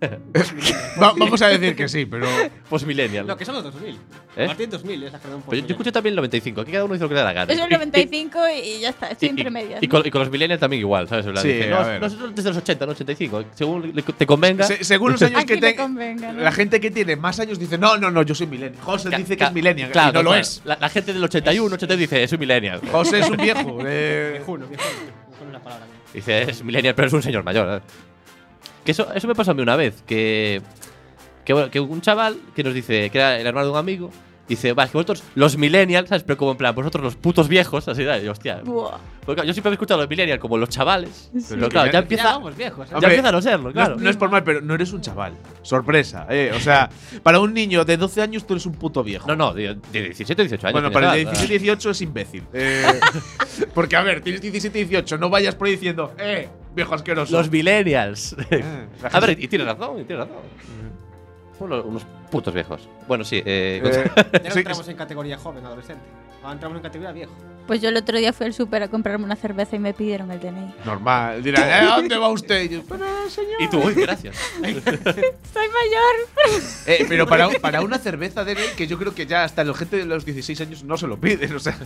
Speaker 4: Va- vamos a decir que sí, pero.
Speaker 3: Post millennial.
Speaker 5: Lo que son los 2000.
Speaker 3: ¿Eh?
Speaker 5: A partir de 2000 es la generación
Speaker 3: Pero yo, yo escucho también el 95, aquí cada uno hizo lo que le da la gana.
Speaker 6: Es el
Speaker 3: Y- y-
Speaker 6: 95 y ya está, estoy
Speaker 3: y-
Speaker 6: entre
Speaker 3: y-
Speaker 6: medias.
Speaker 3: Y,
Speaker 6: ¿no?
Speaker 3: con, y con los millennials también igual, ¿sabes? En plan,
Speaker 4: Sí,
Speaker 3: dicen, no,
Speaker 4: a ver.
Speaker 3: Nosotros desde los 80, no 85, eh, según le- te convenga.
Speaker 4: se- según los años
Speaker 6: Aquí
Speaker 4: que
Speaker 6: me
Speaker 4: tenga.
Speaker 6: convenga, ¿no?
Speaker 4: La gente que tiene más años dice: No, no, no, yo soy millennial. José
Speaker 3: Ca-
Speaker 4: dice que
Speaker 3: ca-
Speaker 4: es millennial.
Speaker 3: Claro,
Speaker 4: y no lo
Speaker 3: claro.
Speaker 4: es.
Speaker 3: La, la gente del 81, 80 dice, soy millennial.
Speaker 4: José es un viejo. eh,
Speaker 5: Viejuno, viejuno. Viejuno es la palabra.
Speaker 3: Dice, es millennial, pero es un señor mayor. ¿eh? Que eso, eso me pasó a mí una vez, que, que, bueno, que un chaval que nos dice, que era el hermano de un amigo, dice, vale, que vosotros los millennials, ¿sabes? Pero como en plan, vosotros los putos viejos, así, ¿sabes? Y yo, hostia.
Speaker 6: Buah.
Speaker 3: Porque, claro, yo siempre he escuchado a los millennials como los chavales, pero claro, ya
Speaker 4: Ya
Speaker 5: Ya
Speaker 3: empieza,
Speaker 5: vamos viejos, ¿eh?
Speaker 3: ya
Speaker 4: Hombre,
Speaker 3: empieza a no serlo,
Speaker 4: No es-
Speaker 3: claro.
Speaker 4: No, es por mal, pero no eres un chaval. Sorpresa, eh. O sea, para un niño de 12 años tú eres un puto viejo.
Speaker 3: No, no, de, de 17, 18 años.
Speaker 4: bueno,
Speaker 3: tenía
Speaker 4: para
Speaker 3: esa
Speaker 4: el de
Speaker 3: edad.
Speaker 4: 17 18 es imbécil. Eh, porque, a ver, tienes 17 18, no vayas por ahí diciendo, eh, viejo asqueroso.
Speaker 3: Los millennials.
Speaker 4: Eh, la
Speaker 3: a
Speaker 4: gente-
Speaker 3: ver, y tienes razón, y tienes razón. Son unos, unos putos viejos. Bueno, sí, eh,
Speaker 4: eh,
Speaker 5: Ya no
Speaker 4: sí,
Speaker 5: entramos en categoría joven, adolescente. Ahora entramos en categoría viejo.
Speaker 6: Pues yo el otro día fui al súper a comprarme una cerveza y me pidieron el DNI.
Speaker 4: normal. Dirán, "Eh, ¿a dónde va usted? Y yo, "Pero, eh, señor".
Speaker 3: Y tú, uy, gracias.
Speaker 6: ¡Soy mayor!
Speaker 4: Eh, pero para, para una cerveza de ley, que yo creo que ya hasta la gente de los 16 años no se lo piden. O sea,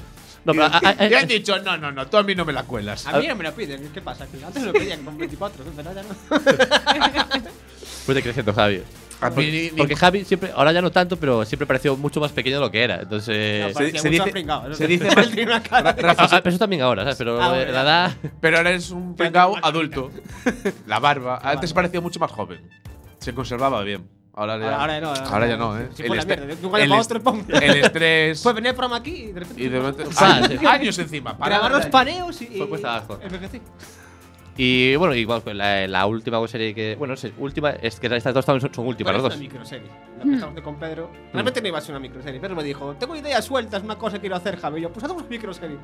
Speaker 3: No, pero, ah, a- a- a-
Speaker 4: le han dicho, no, no, no, tú a mí no me la cuelas.
Speaker 5: A mí no me la piden, ¿qué pasa? Que Antes lo pedían con 24, pero ahora ya no.
Speaker 3: Fuiste creciendo, Javi.
Speaker 4: A mí ni- ni-
Speaker 3: Porque Javi siempre, ahora ya no tanto, pero siempre pareció mucho más pequeño de lo que era. Entonces.
Speaker 5: Parecía
Speaker 4: Eh, se
Speaker 5: mucho
Speaker 4: dice-
Speaker 5: pringao, ¿no?
Speaker 4: se dice
Speaker 5: Él tiene una cara de-
Speaker 3: Ah, ah, pero eso también ahora, ¿sabes? Pero
Speaker 5: Ah, bueno,
Speaker 3: eh,
Speaker 5: ya.
Speaker 3: la edad.
Speaker 4: Pero ahora es un pringao adulto. La barba. Antes parecía mucho más joven. Se conservaba bien. Ahora ya,
Speaker 5: Ahora, ahora no.
Speaker 4: Ahora ya no, ¿eh?
Speaker 5: Si fue la
Speaker 4: estre-
Speaker 5: mierda. De un año
Speaker 4: el
Speaker 5: para
Speaker 4: est-
Speaker 5: otro, pum.
Speaker 4: el estrés.
Speaker 5: Pues venía el programa aquí y de repente.
Speaker 4: y de repente-
Speaker 3: Ah,
Speaker 4: años,
Speaker 3: sí.
Speaker 4: años encima. para
Speaker 5: grabar los paneos y.
Speaker 3: Fue cuesta abajo.
Speaker 5: Envejecí.
Speaker 3: Y bueno, igual pues, la, la última serie que. Bueno, no sé, última. Es que estas dos también son, son últimas,
Speaker 5: Bueno,
Speaker 3: las
Speaker 5: es una
Speaker 3: dos.
Speaker 5: microserie. La que estamos con Pedro. Realmente no iba a ser una microserie. Pedro me dijo: Tengo ideas sueltas, una cosa que quiero hacer, Javi. Y Yo, pues hacemos una microserie.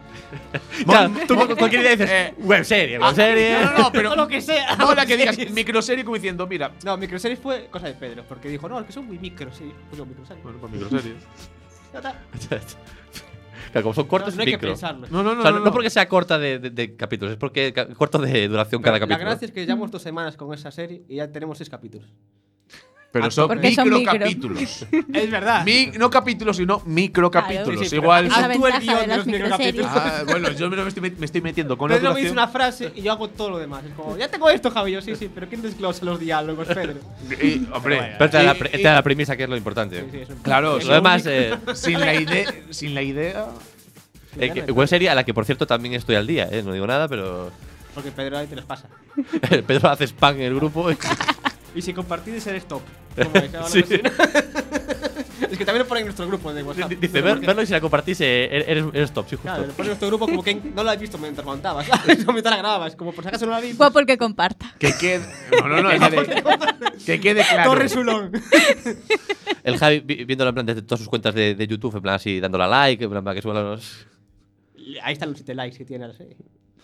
Speaker 3: Claro, tú con cualquier idea dices, web serie, web serie.
Speaker 4: No, no, no, pero.
Speaker 5: O lo que sea.
Speaker 4: No, Eh, la que digas microserie como diciendo, mira.
Speaker 5: No, microserie fue cosa de Pedro. Porque dijo: No, es que son muy microserie. Pues yo, microserie.
Speaker 4: Bueno, pues microserie.
Speaker 5: Ya está.
Speaker 3: Claro, como son cortos,
Speaker 5: no, no hay que
Speaker 3: micro.
Speaker 5: pensarlo.
Speaker 4: No, no, no.
Speaker 3: O sea,
Speaker 4: no,
Speaker 3: no,
Speaker 4: no.
Speaker 3: porque sea corta de, de- de capítulos, es porque ca- corto de duración cada
Speaker 5: La
Speaker 3: capítulo.
Speaker 5: gracia es que llevamos dos semanas con esa serie y ya tenemos seis capítulos.
Speaker 3: Ah,
Speaker 4: Pero son
Speaker 6: Porque son micro.
Speaker 4: microcapítulos.
Speaker 5: Es verdad.
Speaker 4: Mi- no capítulos, sino microcapítulos.
Speaker 5: Sí, sí,
Speaker 4: Igual.
Speaker 5: pero-
Speaker 6: La
Speaker 5: Ah, tú el
Speaker 6: ventaja
Speaker 5: guión
Speaker 6: de
Speaker 5: de
Speaker 6: las
Speaker 5: los microcapítulos.
Speaker 6: microseries.
Speaker 4: Ah, bueno, yo me lo estoy, me estoy metiendo con la
Speaker 5: Pedro me dice
Speaker 4: duración.
Speaker 5: una frase y yo hago todo lo demás. Es como, ya tengo esto, Javi. Yo, sí, sí, pero ¿quién desglosa los diálogos, Pedro?
Speaker 4: Y, hombre,
Speaker 3: Pero te da, la, pre-
Speaker 4: y-
Speaker 3: te da la premisa, que es lo importante.
Speaker 5: Sí, sí, es un-
Speaker 4: Claro,
Speaker 5: es
Speaker 3: Lo
Speaker 5: lo
Speaker 3: demás,
Speaker 5: único.
Speaker 3: eh,
Speaker 4: sin la idea. Sin la idea.
Speaker 3: eh, que- web serie a la que, por cierto, también estoy al día, eh, no digo nada, pero
Speaker 5: Porque Pedro ahí te les pasa.
Speaker 3: Pedro hace spam en el grupo.
Speaker 5: Y si compartís, eres top. Como es, ahora
Speaker 3: Sí.
Speaker 5: lo que sí. es que también lo ponen en nuestro grupo de WhatsApp.
Speaker 3: Dice,
Speaker 5: No sé
Speaker 3: "Ver-
Speaker 5: por qué.
Speaker 3: verlo y si la compartís, eh, eres, eres top, sí, justo.
Speaker 5: Claro, lo ponen en nuestro grupo como que no lo has visto mientras montabas, ¿sabes? O mientras grababas. Como por si acaso no lo has visto.
Speaker 6: Guapo el que comparta.
Speaker 4: Que quede. No, no, no. es de- que quede claro.
Speaker 5: Torre Sulón.
Speaker 3: El Javi vi- viéndolo en plan desde todas sus cuentas de, de YouTube, en plan así, dándole a like, en plan para que suban los.
Speaker 5: Ahí están los 7 likes que tiene la serie.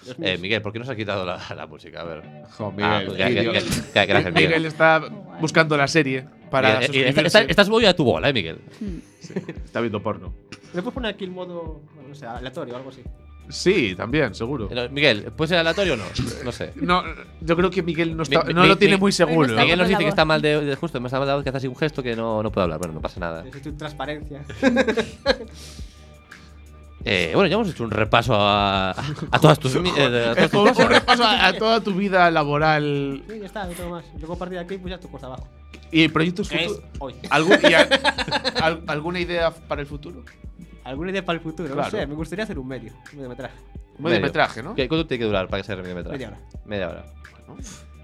Speaker 5: Los
Speaker 3: Eh,
Speaker 5: míos.
Speaker 3: Miguel, ¿por qué nos has quitado la, la música? A ver.
Speaker 4: Jo,
Speaker 3: Ah,
Speaker 4: Miguel,
Speaker 3: pues ya- ya-
Speaker 4: Miguel.
Speaker 3: ya- ya- gracias, Miguel.
Speaker 4: Miguel está buscando la serie para.
Speaker 3: Miguel, eh,
Speaker 4: suscribirse.
Speaker 3: esta- esta- estás muy a tu bola, eh, Miguel.
Speaker 4: Está viendo porno.
Speaker 5: Le puedes poner aquí el modo, no sé, aleatorio o algo así.
Speaker 4: Sí, también, seguro.
Speaker 3: Eh, no, Miguel, ¿puede ser aleatorio o no? No sé.
Speaker 4: No, yo creo que Miguel no, está-
Speaker 3: Mi- mi-
Speaker 4: no lo
Speaker 3: mi-
Speaker 4: tiene
Speaker 3: mi-
Speaker 4: muy seguro.
Speaker 6: Hoy no
Speaker 3: Miguel nos
Speaker 6: con la
Speaker 3: dice que
Speaker 6: voz.
Speaker 3: está mal de, de- justo, me está mal dado que hace así un gesto que no, no puedo hablar. Bueno, no pasa nada.
Speaker 5: Es tu transparencia.
Speaker 3: Eh, bueno, ya hemos hecho un repaso a, a- a todas tus. mi- eh, a todas
Speaker 4: Es
Speaker 3: tus
Speaker 4: como un
Speaker 3: cosas.
Speaker 4: repaso a, a toda tu vida laboral
Speaker 5: Sí, ya está, no tengo más. Luego a partir de aquí, pues ya tú cuesta abajo.
Speaker 4: y proyectos
Speaker 5: Que es
Speaker 4: futuros.
Speaker 5: hoy.
Speaker 4: ¿Alguna idea para el futuro?
Speaker 5: ¿Alguna idea para el futuro?
Speaker 4: Claro.
Speaker 5: No sé, me gustaría hacer un medio. Un mediometraje.
Speaker 4: Un mediometraje, ¿no?
Speaker 3: ¿Qué- ¿Cuánto tiene que durar para que sea mediometraje?
Speaker 5: Media hora.
Speaker 3: Media hora.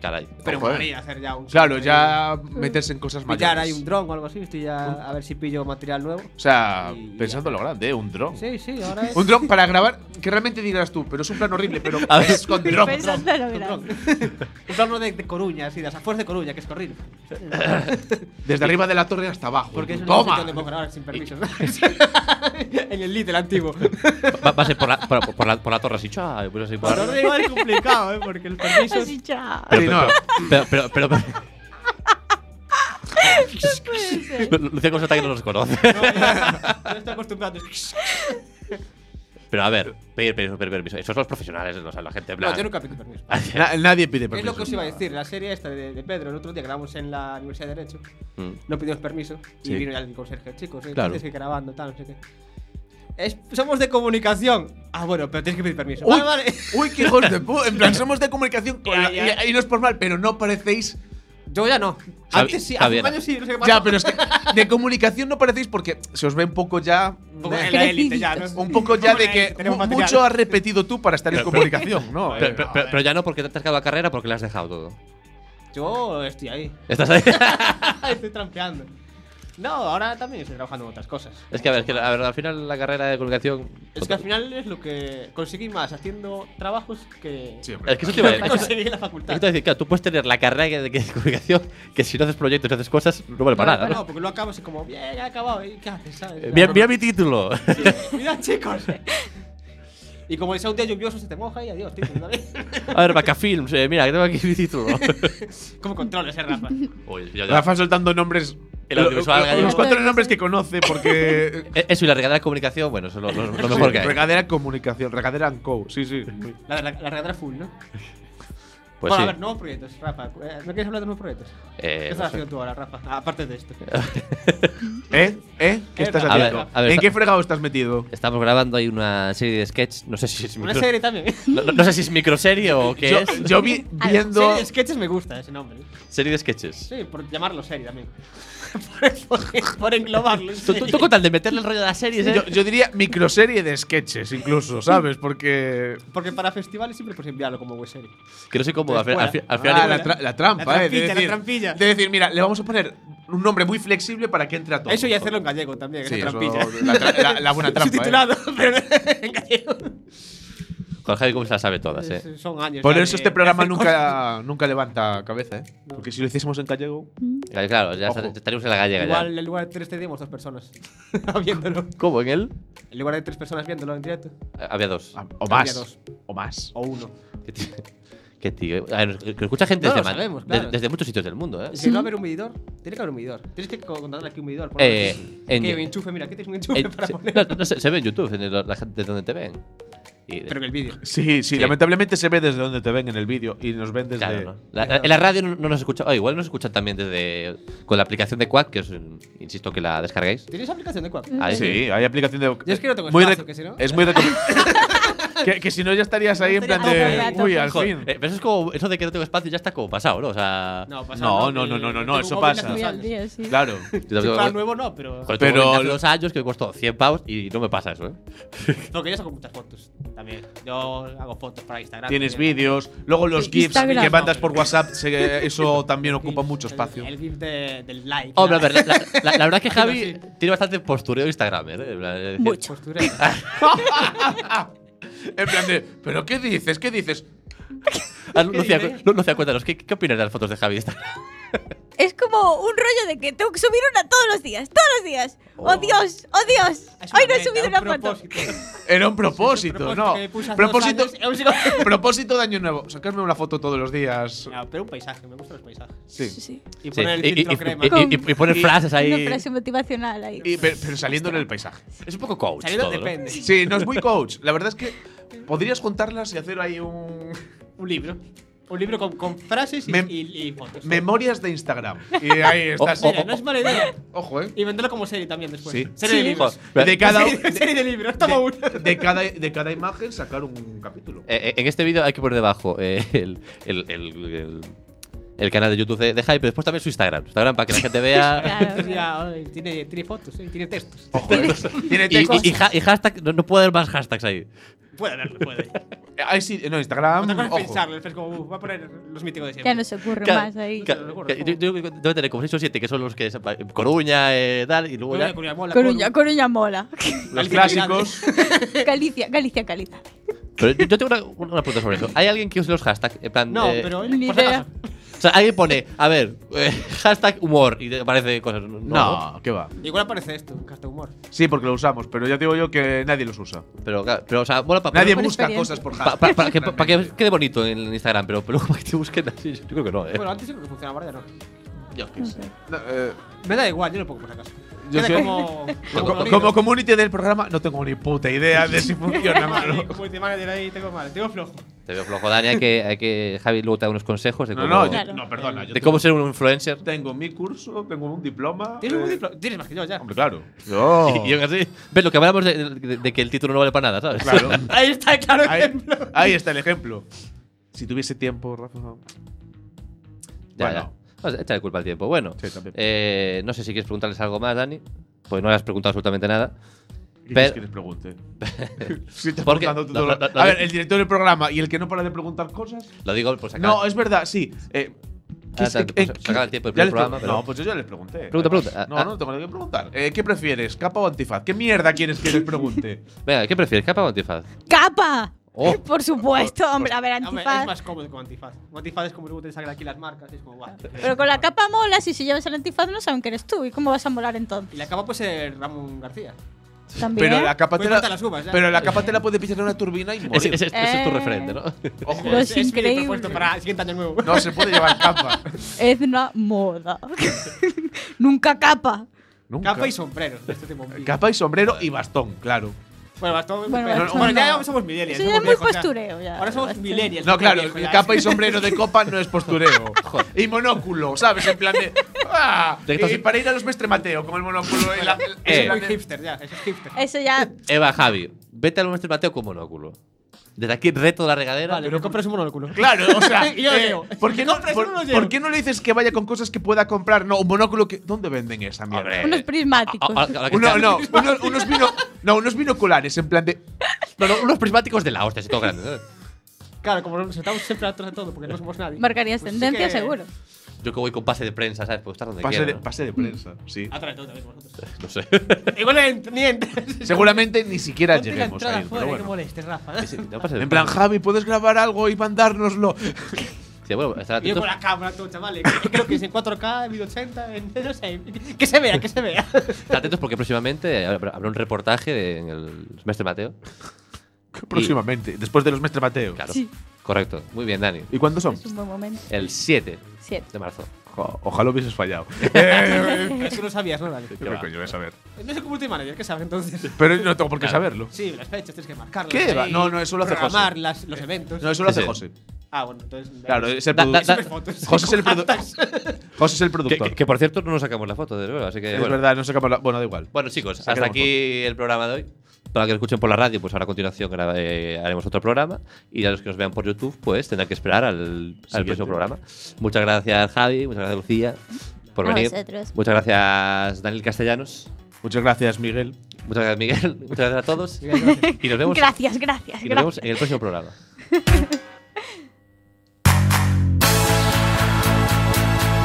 Speaker 3: Caray.
Speaker 5: Pero
Speaker 4: Joder.
Speaker 5: molaría hacer ya un.
Speaker 4: eh. Claro,
Speaker 5: Eh,
Speaker 4: ya meterse en cosas
Speaker 5: Pillar ahí un
Speaker 4: mayores.
Speaker 5: dron o algo así. Estoy ya a ver si pillo material nuevo.
Speaker 4: O sea,
Speaker 5: Y-
Speaker 4: pensando en lo grande, ¿eh? un dron.
Speaker 5: Sí, sí, ahora es.
Speaker 4: Un dron para grabar, que realmente dirás tú, pero es un plan horrible, pero
Speaker 3: A ver.
Speaker 4: es con
Speaker 6: Pero
Speaker 4: dron.
Speaker 6: pensando en lo
Speaker 5: Un dron.
Speaker 6: grande.
Speaker 5: un dron de, de Coruña, así, de las afueras de Coruña, que es corrido.
Speaker 4: Desde arriba de la torre hasta abajo.
Speaker 5: Porque es un sitio
Speaker 4: ¡Toma!
Speaker 5: donde puedo grabar sin permisos. ¿no? en el lit, el antiguo.
Speaker 3: Va, va a ser por la, por, por- por la, por la torre así, chua, pues así, por
Speaker 5: Por
Speaker 3: la-
Speaker 5: dron igual es complicado, ¿eh? Porque el permiso. es-
Speaker 6: Así, chao.
Speaker 4: Sí, no.
Speaker 3: Pero, pero, pero. pero
Speaker 6: Puede ser.
Speaker 3: Lu- Lucía constata que no nos conoce.
Speaker 5: No, ya- ya estoy acostumbrado.
Speaker 3: Pero a ver, pedir permiso, pedir permiso. Esos son los profesionales, no, o sea, la gente en
Speaker 5: No,
Speaker 3: plan.
Speaker 5: yo nunca pedí permiso.
Speaker 4: Na- nadie pide
Speaker 5: Es
Speaker 4: permiso.
Speaker 5: lo que os iba a decir, la serie esta de, de Pedro, el otro día que grabamos en la Universidad de Derecho,
Speaker 3: Mm.
Speaker 5: no pedimos permiso
Speaker 3: Sí.
Speaker 5: y vino ya el conserje, chicos, ¿eh?
Speaker 3: Claro.
Speaker 5: ¿qué que grabando, tal, no sé qué. Es- somos de comunicación. Ah, bueno, pero tienes que pedir permiso.
Speaker 4: Uy,
Speaker 5: Vale, Ah, vale.
Speaker 4: uy, qué hijos de pu. En plan, somos de comunicación con la-
Speaker 5: Ya, ya.
Speaker 4: Y, y no es por mal, pero no parecéis.
Speaker 5: Yo ya no.
Speaker 3: Javi-
Speaker 5: Antes sí, hace
Speaker 3: Javier.
Speaker 5: un año sí, no sé qué
Speaker 4: Ya,
Speaker 5: pasó.
Speaker 4: pero es que de comunicación no parecéis porque se os ve un poco ya.
Speaker 5: Un poco en
Speaker 4: eh,
Speaker 5: la élite ya, ¿no?
Speaker 4: Un poco ya de
Speaker 5: Hombre,
Speaker 4: que
Speaker 5: tenemos
Speaker 4: mu-
Speaker 5: material.
Speaker 4: mucho has repetido tú para estar en
Speaker 3: Pero-
Speaker 4: comunicación, ¿no? Ah,
Speaker 3: Pero, pero- pero- pero ya no porque te has quedado a carrera porque la has dejado todo.
Speaker 5: Yo estoy ahí.
Speaker 3: Estás ahí.
Speaker 5: estoy trampeando. No, ahora también estoy trabajando en otras cosas.
Speaker 3: es que a ver, es que, a ver, al final la carrera de comunicación.
Speaker 5: Es que al final es lo que conseguí más haciendo trabajos que.
Speaker 4: Sí, hombre.
Speaker 3: Es que eso te
Speaker 5: que
Speaker 3: iba a decir.
Speaker 5: conseguí en la
Speaker 3: Es que
Speaker 5: facultad.
Speaker 3: te iba a decir, claro, tú puedes tener la carrera de, de comunicación que si no haces proyectos y haces cosas, no vale para
Speaker 5: No,
Speaker 3: nada.
Speaker 5: No,
Speaker 3: ¿no?
Speaker 5: porque lo acabo así como, bien, he acabado. ¿Y qué haces? ¿sabes?
Speaker 3: Eh, Mira,
Speaker 5: Ya,
Speaker 3: mira mi título.
Speaker 5: sí. Mira, chicos. Y como es un día lluvioso, se te moja y adiós, tío. ¿sabes?
Speaker 3: A ver, Vaca Films, eh, mira, que tengo aquí mi título.
Speaker 5: ¿Cómo controles, eh, Rafa?
Speaker 3: Oye, ya- ya.
Speaker 4: Rafa soltando nombres.
Speaker 3: El audiovisual gallego.
Speaker 4: Los cuatro nombres que conoce porque.
Speaker 3: Eh, Eso y la regadera de comunicación, bueno, eso es lo, lo- lo mejor que hay.
Speaker 4: Regadera comunicación, regadera and co. Sí, sí.
Speaker 5: La, la, la regadera full, ¿no?
Speaker 3: Pues
Speaker 5: bueno,
Speaker 3: sí.
Speaker 5: a ver, nuevos proyectos, Rafa. Eh, ¿No quieres hablar de nuevos proyectos?
Speaker 3: Eh,
Speaker 5: ¿Qué
Speaker 3: no
Speaker 5: estás
Speaker 3: sé.
Speaker 5: haciendo tú ahora, Rafa? Aparte de esto.
Speaker 4: ¿Eh? ¿Eh? ¿Qué
Speaker 5: Eh,
Speaker 4: estás
Speaker 5: a ver,
Speaker 4: haciendo?
Speaker 3: a ver,
Speaker 4: ¿En
Speaker 3: está-
Speaker 4: qué fregado estás metido?
Speaker 3: Estamos grabando ahí una serie de sketch, no sé si es
Speaker 5: Una
Speaker 3: micro-
Speaker 5: serie también.
Speaker 3: no, no- no sé si es microserie o qué
Speaker 4: yo,
Speaker 3: es.
Speaker 4: yo vi viendo.
Speaker 5: Serie de sketches me gusta ese nombre.
Speaker 3: Serie de sketches.
Speaker 5: Sí, por llamarlo serie también. por, por- por englobarlo. en
Speaker 3: Tú, tú-
Speaker 5: serie.
Speaker 3: tú con tal de meterle el rollo de las series, ¿eh?
Speaker 4: Yo, yo diría microserie de sketches, incluso, ¿sabes? Porque.
Speaker 5: Porque para festivales siempre puedes enviarlo como web serie.
Speaker 3: que no sé cómo, al, fi- al fi- al final.
Speaker 4: Ah, la, tra- la trampa,
Speaker 5: La
Speaker 4: eh. De
Speaker 5: trampilla, la
Speaker 4: decir,
Speaker 5: trampilla.
Speaker 4: de decir, mira, le vamos a poner un nombre muy flexible para que entre a todo.
Speaker 5: Eso y hacerlo en gallego también,
Speaker 4: Sí,
Speaker 5: esa
Speaker 4: eso-
Speaker 5: trampilla.
Speaker 4: la, tra- la- la buena trampa. eh.
Speaker 5: Subtitulado, pero en gallego.
Speaker 3: Con Javi como se las sabe todas, ¿eh?
Speaker 5: Es- Son años.
Speaker 4: Por
Speaker 5: ya
Speaker 4: eso
Speaker 5: de-
Speaker 4: este programa
Speaker 5: de hacer cosas.
Speaker 4: nunca, nunca levanta cabeza, ¿eh? Porque si lo hiciésemos en gallego.
Speaker 3: Claro, claro, ya
Speaker 4: Ojo.
Speaker 3: est- estaríamos en la gallega ya.
Speaker 5: Igual en lugar de tres teníamos dos personas viéndolo.
Speaker 3: ¿Cómo? ¿En él?
Speaker 5: En lugar de tres personas viéndolo en directo.
Speaker 3: Eh, Había dos.
Speaker 4: ah, O
Speaker 5: Había
Speaker 4: más.
Speaker 5: dos.
Speaker 4: O más.
Speaker 5: O uno.
Speaker 3: Qué tío. Qué tío. A ver, que- que escucha gente
Speaker 5: No lo
Speaker 3: desde, Ma-
Speaker 5: sabemos,
Speaker 3: de-
Speaker 5: claro.
Speaker 3: desde muchos sitios del mundo, ¿eh?
Speaker 5: Si no va a haber un medidor, tiene que haber un medidor. Tienes que co- contratar aquí un medidor. por
Speaker 3: Eh,
Speaker 5: ejemplo.
Speaker 3: en-
Speaker 5: que enchufe, mira, aquí tienes un enchufe
Speaker 3: Eh,
Speaker 5: para
Speaker 3: se,
Speaker 5: poner.
Speaker 3: no, no, se, se ve en YouTube, en el- la gente desde donde te ven. Y-
Speaker 5: Pero en el vídeo.
Speaker 4: Sí, sí,
Speaker 3: Sí.
Speaker 4: lamentablemente se ve desde donde te ven en el vídeo y nos ven desde.
Speaker 3: Claro, ¿no? La- la- en la radio no, no nos escucha. oh, igual nos escuchan también desde. Con la aplicación de Quack, que os mm, insisto que la descarguéis.
Speaker 5: ¿Tienes aplicación de Quack?
Speaker 3: Ahí.
Speaker 4: Sí, hay aplicación de.
Speaker 5: Yo es que no tengo espacio,
Speaker 4: rec-
Speaker 5: que si no-
Speaker 4: Es muy recom- que, que si no ya estarías ahí en plan
Speaker 6: estaría
Speaker 4: de.
Speaker 6: agobiado.
Speaker 4: Uy, al
Speaker 3: Joder,
Speaker 4: fin.
Speaker 3: eh, pero eso es como. Eso de que no tengo espacio ya está como pasado, ¿no? O sea.
Speaker 5: pasa
Speaker 4: No,
Speaker 5: nada,
Speaker 4: no,
Speaker 5: que-
Speaker 4: no, no, no, no,
Speaker 5: tengo un
Speaker 4: eso
Speaker 5: móvil
Speaker 4: pasa.
Speaker 5: de hace dos
Speaker 6: Fui al
Speaker 5: años.
Speaker 6: día, sí.
Speaker 4: Claro.
Speaker 3: yo
Speaker 5: Sí,
Speaker 3: tengo-
Speaker 5: para nuevo no, pero.
Speaker 3: joder,
Speaker 4: Pero-
Speaker 3: tengo hace dos años que me costó 100 pavos y no me pasa eso, ¿eh?
Speaker 5: Porque yo saco muchas fotos también. Yo hago fotos para Instagram.
Speaker 4: Tienes
Speaker 5: también.
Speaker 4: vídeos, luego los
Speaker 6: Sí,
Speaker 4: GIFs
Speaker 6: Instagram.
Speaker 4: que mandas por WhatsApp, se- eso también ocupa
Speaker 5: GIF,
Speaker 4: mucho
Speaker 5: el-
Speaker 4: espacio.
Speaker 5: El, GIF de- del like.
Speaker 3: Hombre, a
Speaker 5: la-
Speaker 3: ver, la, la- la- la verdad es que
Speaker 5: Sí,
Speaker 3: Javi tiene bastante postureo Instagramer, ¿eh? En plan, es decir,
Speaker 6: Mucho.
Speaker 5: Postura.
Speaker 4: En plan de, ¿pero qué dices? ¿Qué dices?
Speaker 3: ah, No, no se da
Speaker 5: dice?
Speaker 3: cu- no- no se da cuenta, ¿no? ¿Qué, ¿Qué opinas de las fotos de Javi de Instagram?
Speaker 6: Es como un rollo de que tengo que subir una todos los días, todos los días. Oh,
Speaker 3: Oh.
Speaker 6: Dios, oh Dios.
Speaker 5: Es
Speaker 6: Hoy no he
Speaker 5: meta,
Speaker 6: subido
Speaker 5: un
Speaker 6: una foto.
Speaker 5: propósito. Pues Es
Speaker 4: Era un
Speaker 5: un
Speaker 4: propósito, no.
Speaker 5: que me puse hace
Speaker 4: Propósito,
Speaker 5: dos años, aún sigo-
Speaker 4: propósito de año nuevo. Sacarme una foto todos los días.
Speaker 5: No, pero un paisaje, me gustan los paisajes.
Speaker 6: Sí,
Speaker 4: Sí.
Speaker 6: sí.
Speaker 5: Y
Speaker 3: Sí,
Speaker 5: poner el
Speaker 3: y- y-
Speaker 5: filtro
Speaker 3: y-
Speaker 5: crema.
Speaker 3: y- y- y poner
Speaker 5: Y-
Speaker 3: frases
Speaker 6: Una
Speaker 3: ahí.
Speaker 6: frase motivacional ahí.
Speaker 4: Y, pe- pero saliendo en el paisaje.
Speaker 3: Es un poco coach.
Speaker 5: Saliendo
Speaker 3: todo, ¿no?
Speaker 5: depende.
Speaker 4: Sí, no es muy coach. La verdad es que podrías juntarlas y hacer ahí un.
Speaker 5: Un libro. Un libro con, con frases y,
Speaker 4: Mem-
Speaker 5: y- y fotos.
Speaker 4: Memorias de Instagram. Y ahí estás.
Speaker 5: Mira, no es mala idea.
Speaker 4: Ojo, eh.
Speaker 5: Y venderlo como serie también después.
Speaker 4: Sí.
Speaker 5: Serie de
Speaker 6: Sí.
Speaker 5: libros.
Speaker 3: Joder,
Speaker 4: De cada,
Speaker 5: serie, serie de libros, toma uno.
Speaker 4: de, de cada, de cada imagen sacar un capítulo.
Speaker 3: Eh, eh, en este vídeo hay que poner debajo eh, el, el- el- el- el canal de YouTube de, de Hype, pero después también su Instagram. Su Instagram para que la gente vea.
Speaker 6: Claro, claro.
Speaker 5: Pues Ya, ay, tiene, tiene fotos, eh, tiene textos.
Speaker 4: Tiene
Speaker 3: y,
Speaker 4: textos.
Speaker 3: y- y ha- y hashtag, no, no puede haber más hashtags ahí.
Speaker 5: Puede haberlo, puede.
Speaker 4: Ahí sí, no,
Speaker 5: Otra cosa
Speaker 4: Instagram.
Speaker 5: es
Speaker 4: Ojo.
Speaker 5: pensarlo, es como, uh, voy a poner los míticos de siempre.
Speaker 6: Ya no se ocurre
Speaker 3: Ca-
Speaker 6: más ahí.
Speaker 3: ca-
Speaker 5: No te lo
Speaker 3: ca-
Speaker 5: recuerdo.
Speaker 3: yo, yo creo que debo tener como 6 o 7 que son los que. sepa- Coruña, eh, tal, y luego
Speaker 5: Coruña,
Speaker 3: ya.
Speaker 5: Coruña, mola,
Speaker 6: Coruña,
Speaker 5: Coruña.
Speaker 6: Coruña mola.
Speaker 4: Los clásicos.
Speaker 6: Galicia, Galicia, Galicia.
Speaker 3: Pero yo yo tengo una, una- una pregunta sobre eso. ¿Hay alguien que use los hashtags? En plan,
Speaker 5: No,
Speaker 3: eh,
Speaker 5: pero.
Speaker 6: ni
Speaker 5: por si
Speaker 6: idea.
Speaker 5: acaso.
Speaker 3: O sea, alguien pone, a ver, eh, hashtag humor y te aparece cosas. No. ¿no?
Speaker 4: No, qué va.
Speaker 5: Igual aparece esto, un casta humor.
Speaker 4: Sí, porque lo usamos, pero ya te digo yo que nadie los usa.
Speaker 3: Pero, claro, pero, o sea, mola para.
Speaker 4: Nadie
Speaker 6: por
Speaker 4: busca
Speaker 6: experiencia.
Speaker 4: cosas por
Speaker 3: Para
Speaker 4: hashtag.
Speaker 3: que, pa- pa que quede bonito en Instagram, pero pero luego para que te busquen así, yo creo que no, eh.
Speaker 5: Bueno, antes sí que funcionaba, ahora ya no.
Speaker 3: Yo qué sé.
Speaker 4: No, eh,
Speaker 5: Me da igual, yo lo pongo por si acaso.
Speaker 4: Yo
Speaker 5: Queda
Speaker 4: soy-
Speaker 5: como,
Speaker 4: Co- Como community del programa, no tengo ni puta idea de si funciona malo.
Speaker 5: multimanager ahí tengo mal, tengo flojo.
Speaker 3: Te veo flojo, Dani. Hay que, hay que Javi luego te da unos consejos de
Speaker 4: No,
Speaker 3: cómo,
Speaker 4: no, yo-
Speaker 6: Claro.
Speaker 4: no, perdona. Yo
Speaker 3: de cómo ser un influencer.
Speaker 4: tengo- tengo mi curso, tengo un diploma.
Speaker 5: Tienes un
Speaker 4: eh,
Speaker 5: diplo- Tienes más que yo ya.
Speaker 4: Hombre, claro.
Speaker 3: Y, y aún así, ves lo que hablamos de, de- de que el título no vale para nada, ¿sabes?
Speaker 4: Claro.
Speaker 5: Ahí está el claro
Speaker 4: ahí,
Speaker 5: ejemplo.
Speaker 4: ahí está el ejemplo. Si tuviese tiempo, Rafa.
Speaker 3: ya,
Speaker 4: Bueno.
Speaker 3: ya. No, échale culpa al tiempo. Bueno,
Speaker 4: Sí, también.
Speaker 3: eh, no sé si quieres preguntarles algo más, Dani. Pues no le has preguntado absolutamente nada.
Speaker 4: ¿Qué
Speaker 3: Pero-
Speaker 4: quieres que les pregunte? Sí, te
Speaker 3: Porque-
Speaker 4: preguntando tú
Speaker 3: la-
Speaker 4: todo
Speaker 3: la-
Speaker 4: lo-
Speaker 3: la-
Speaker 4: A ver, el director del programa y el que no para de preguntar cosas.
Speaker 3: Lo digo por si acaso.
Speaker 4: No, es verdad, sí. Eh, ¿qué
Speaker 3: Ah,
Speaker 4: es-
Speaker 3: tanto,
Speaker 4: eh,
Speaker 3: pues,
Speaker 4: qué-
Speaker 3: se acaba el tiempo del
Speaker 4: ya les
Speaker 3: programa,
Speaker 4: pregun-
Speaker 3: pero-
Speaker 4: No, pues yo ya les pregunté.
Speaker 3: Pregunta,
Speaker 4: además.
Speaker 3: pregunta. Ah,
Speaker 4: No,
Speaker 3: ah.
Speaker 4: no tengo nada que preguntar. Eh, ¿Qué prefieres, capa o antifaz? ¿Qué mierda quieres que les pregunte?
Speaker 3: Venga, ¿qué prefieres, capa o antifaz?
Speaker 6: ¡Capa!
Speaker 3: Oh.
Speaker 6: Por supuesto, hombre, a ver,
Speaker 5: Hombre,
Speaker 6: antifaz.
Speaker 5: es más cómodo con antifaz. Con antifaz es como luego te sacan aquí las marcas. y Es como, guau.
Speaker 6: Pero con la capa molas y si llevas el antifaz no saben que eres tú. ¿Y cómo vas a molar entonces?
Speaker 5: Y la capa puede ser Ramón García.
Speaker 6: También. ¿eh?
Speaker 4: pero la capa Pues te
Speaker 5: Voy a
Speaker 4: la,
Speaker 5: cortar las uvas, ya.
Speaker 4: pero la capa te la puede pisar una turbina y morir.
Speaker 3: Ese, ese- ese es tu
Speaker 6: Eh.
Speaker 3: referente, ¿no?
Speaker 4: Ojo, eh.
Speaker 6: Lo es
Speaker 5: mi
Speaker 6: Pues increíble.
Speaker 5: propuesto para el siguiente año nuevo.
Speaker 4: no se puede llevar capa.
Speaker 6: Es una moda. Nunca capa.
Speaker 4: Nunca.
Speaker 5: Capa y sombrero. de Este tipo.
Speaker 4: Capa y sombrero y bastón, claro.
Speaker 5: Bueno, bastón,
Speaker 6: Bueno,
Speaker 5: pero-
Speaker 6: bastón
Speaker 5: bueno, ya
Speaker 6: no.
Speaker 5: somos millennials.
Speaker 6: Eso ya
Speaker 5: somos
Speaker 6: es muy
Speaker 5: viejos,
Speaker 6: postureo, ya.
Speaker 5: Ahora somos
Speaker 6: Bastante.
Speaker 5: millennials.
Speaker 4: No, claro,
Speaker 5: viejo, ya.
Speaker 4: capa y sombrero de copa no es postureo. y monóculo, ¿sabes? En plan de. ¡Ah!
Speaker 3: De que
Speaker 4: Y
Speaker 3: estás-
Speaker 4: para ir a los Mestre Mateo con el monóculo y la.
Speaker 5: Eso
Speaker 4: en
Speaker 5: es
Speaker 4: plan de-
Speaker 5: muy hipster, ya. Eso es hipster.
Speaker 6: Eso ya.
Speaker 3: Eva, Javi, vete al maestro Mateo con monóculo. Desde aquí, reto de la regadera.
Speaker 5: Vale, pero compras un monóculo.
Speaker 4: Claro, o sea,
Speaker 5: Y yo lo
Speaker 4: eh,
Speaker 5: llevo.
Speaker 4: ¿por, qué no,
Speaker 5: Compras
Speaker 4: por-
Speaker 5: uno, lo llevo.
Speaker 4: por qué no le dices que vaya con cosas que pueda comprar? No, un monóculo que. ¿Dónde venden esa mierda?
Speaker 3: Hombre.
Speaker 6: Unos
Speaker 3: Eh,
Speaker 6: prismáticos.
Speaker 3: Ah, ah, ahora que
Speaker 4: Uno,
Speaker 3: está-
Speaker 4: no, unos, unos bino- no, unos binoculares, en plan de.
Speaker 3: No, no, unos prismáticos de la hostia, así todo grande. ¿sabes?
Speaker 5: Claro, como nos sentamos siempre atrás de todo porque no somos nadie.
Speaker 6: Marcarías
Speaker 5: pues sí
Speaker 6: tendencia,
Speaker 5: que-
Speaker 6: seguro.
Speaker 3: Yo que voy con pase de prensa, ¿sabes? Puedo estar donde
Speaker 4: Pase
Speaker 3: quiera.
Speaker 4: de,
Speaker 3: ¿no?
Speaker 4: pase de prensa, sí.
Speaker 5: Atrás de todo también vosotros.
Speaker 3: No sé.
Speaker 5: Igual ent- ni entras.
Speaker 4: Seguramente ni siquiera
Speaker 5: Ponte la
Speaker 4: lleguemos
Speaker 5: entrada
Speaker 4: a ir,
Speaker 5: fuera,
Speaker 4: pero
Speaker 5: que
Speaker 4: bueno.
Speaker 5: molestes, Rafa.
Speaker 3: No pase de
Speaker 4: En plan,
Speaker 3: prensa.
Speaker 4: Javi, ¿puedes grabar algo y mandárnoslo?
Speaker 3: Sí, bueno, estar
Speaker 5: Y yo
Speaker 3: atentos.
Speaker 5: con la cámara, todo, chavales. Creo que es en 4K, en 1080, en no sé. Que se vea, que se vea.
Speaker 3: estar atentos porque próximamente habrá habrá un reportaje de- en el Mestre Mateo.
Speaker 4: Próximamente, después de los Mestre Mateo.
Speaker 3: Claro.
Speaker 6: Sí.
Speaker 3: Correcto. Muy bien, Dani.
Speaker 4: ¿Y cuándo son?
Speaker 6: Es un buen momento.
Speaker 3: El 7
Speaker 6: Siete.
Speaker 3: de marzo.
Speaker 4: Jo, ojalá hubieses fallado.
Speaker 5: Eso no sabías, ¿no? Vale.
Speaker 4: Eh, ¿Qué coño voy a saber?
Speaker 5: No sé cómo manager, ¿qué sabes entonces?
Speaker 4: Pero yo no tengo por qué
Speaker 3: Claro.
Speaker 4: saberlo.
Speaker 5: Sí, las fechas tienes que marcarlas.
Speaker 4: ¿Qué
Speaker 5: ahí,
Speaker 4: va? No, no, eso lo hace José. Eh,
Speaker 5: programar las- los eventos.
Speaker 4: No, eso lo
Speaker 3: Sí,
Speaker 4: hace
Speaker 3: sí.
Speaker 4: José.
Speaker 5: Ah, bueno, entonces.
Speaker 4: Claro, es el
Speaker 3: Da- da-
Speaker 4: produ-
Speaker 3: da-
Speaker 5: Sube fotos.
Speaker 4: José es el produ-
Speaker 5: Contactas.
Speaker 4: José es el
Speaker 3: Que,
Speaker 4: productor.
Speaker 3: que- que, por cierto no nos sacamos la foto, de nuevo, así que.
Speaker 4: Es
Speaker 3: bueno.
Speaker 4: verdad, no sé qué hablar. Bueno, da igual.
Speaker 3: Bueno, chicos, hasta
Speaker 4: Sacaremos
Speaker 3: aquí el programa de hoy. Para que lo escuchen por la radio, pues ahora a continuación graba- eh, haremos otro programa. Y a los que nos vean por YouTube, pues tendrán que esperar al, al próximo programa. Muchas gracias, Javi. Muchas gracias, Lucía, por
Speaker 6: A
Speaker 3: venir.
Speaker 6: vosotros.
Speaker 3: Muchas gracias, Daniel Castellanos.
Speaker 4: Muchas gracias, Miguel.
Speaker 3: Muchas gracias, Miguel. Muchas gracias a todos. Y nos vemos,
Speaker 6: Gracias, gracias,
Speaker 3: y nos vemos
Speaker 6: gracias.
Speaker 3: en el próximo programa.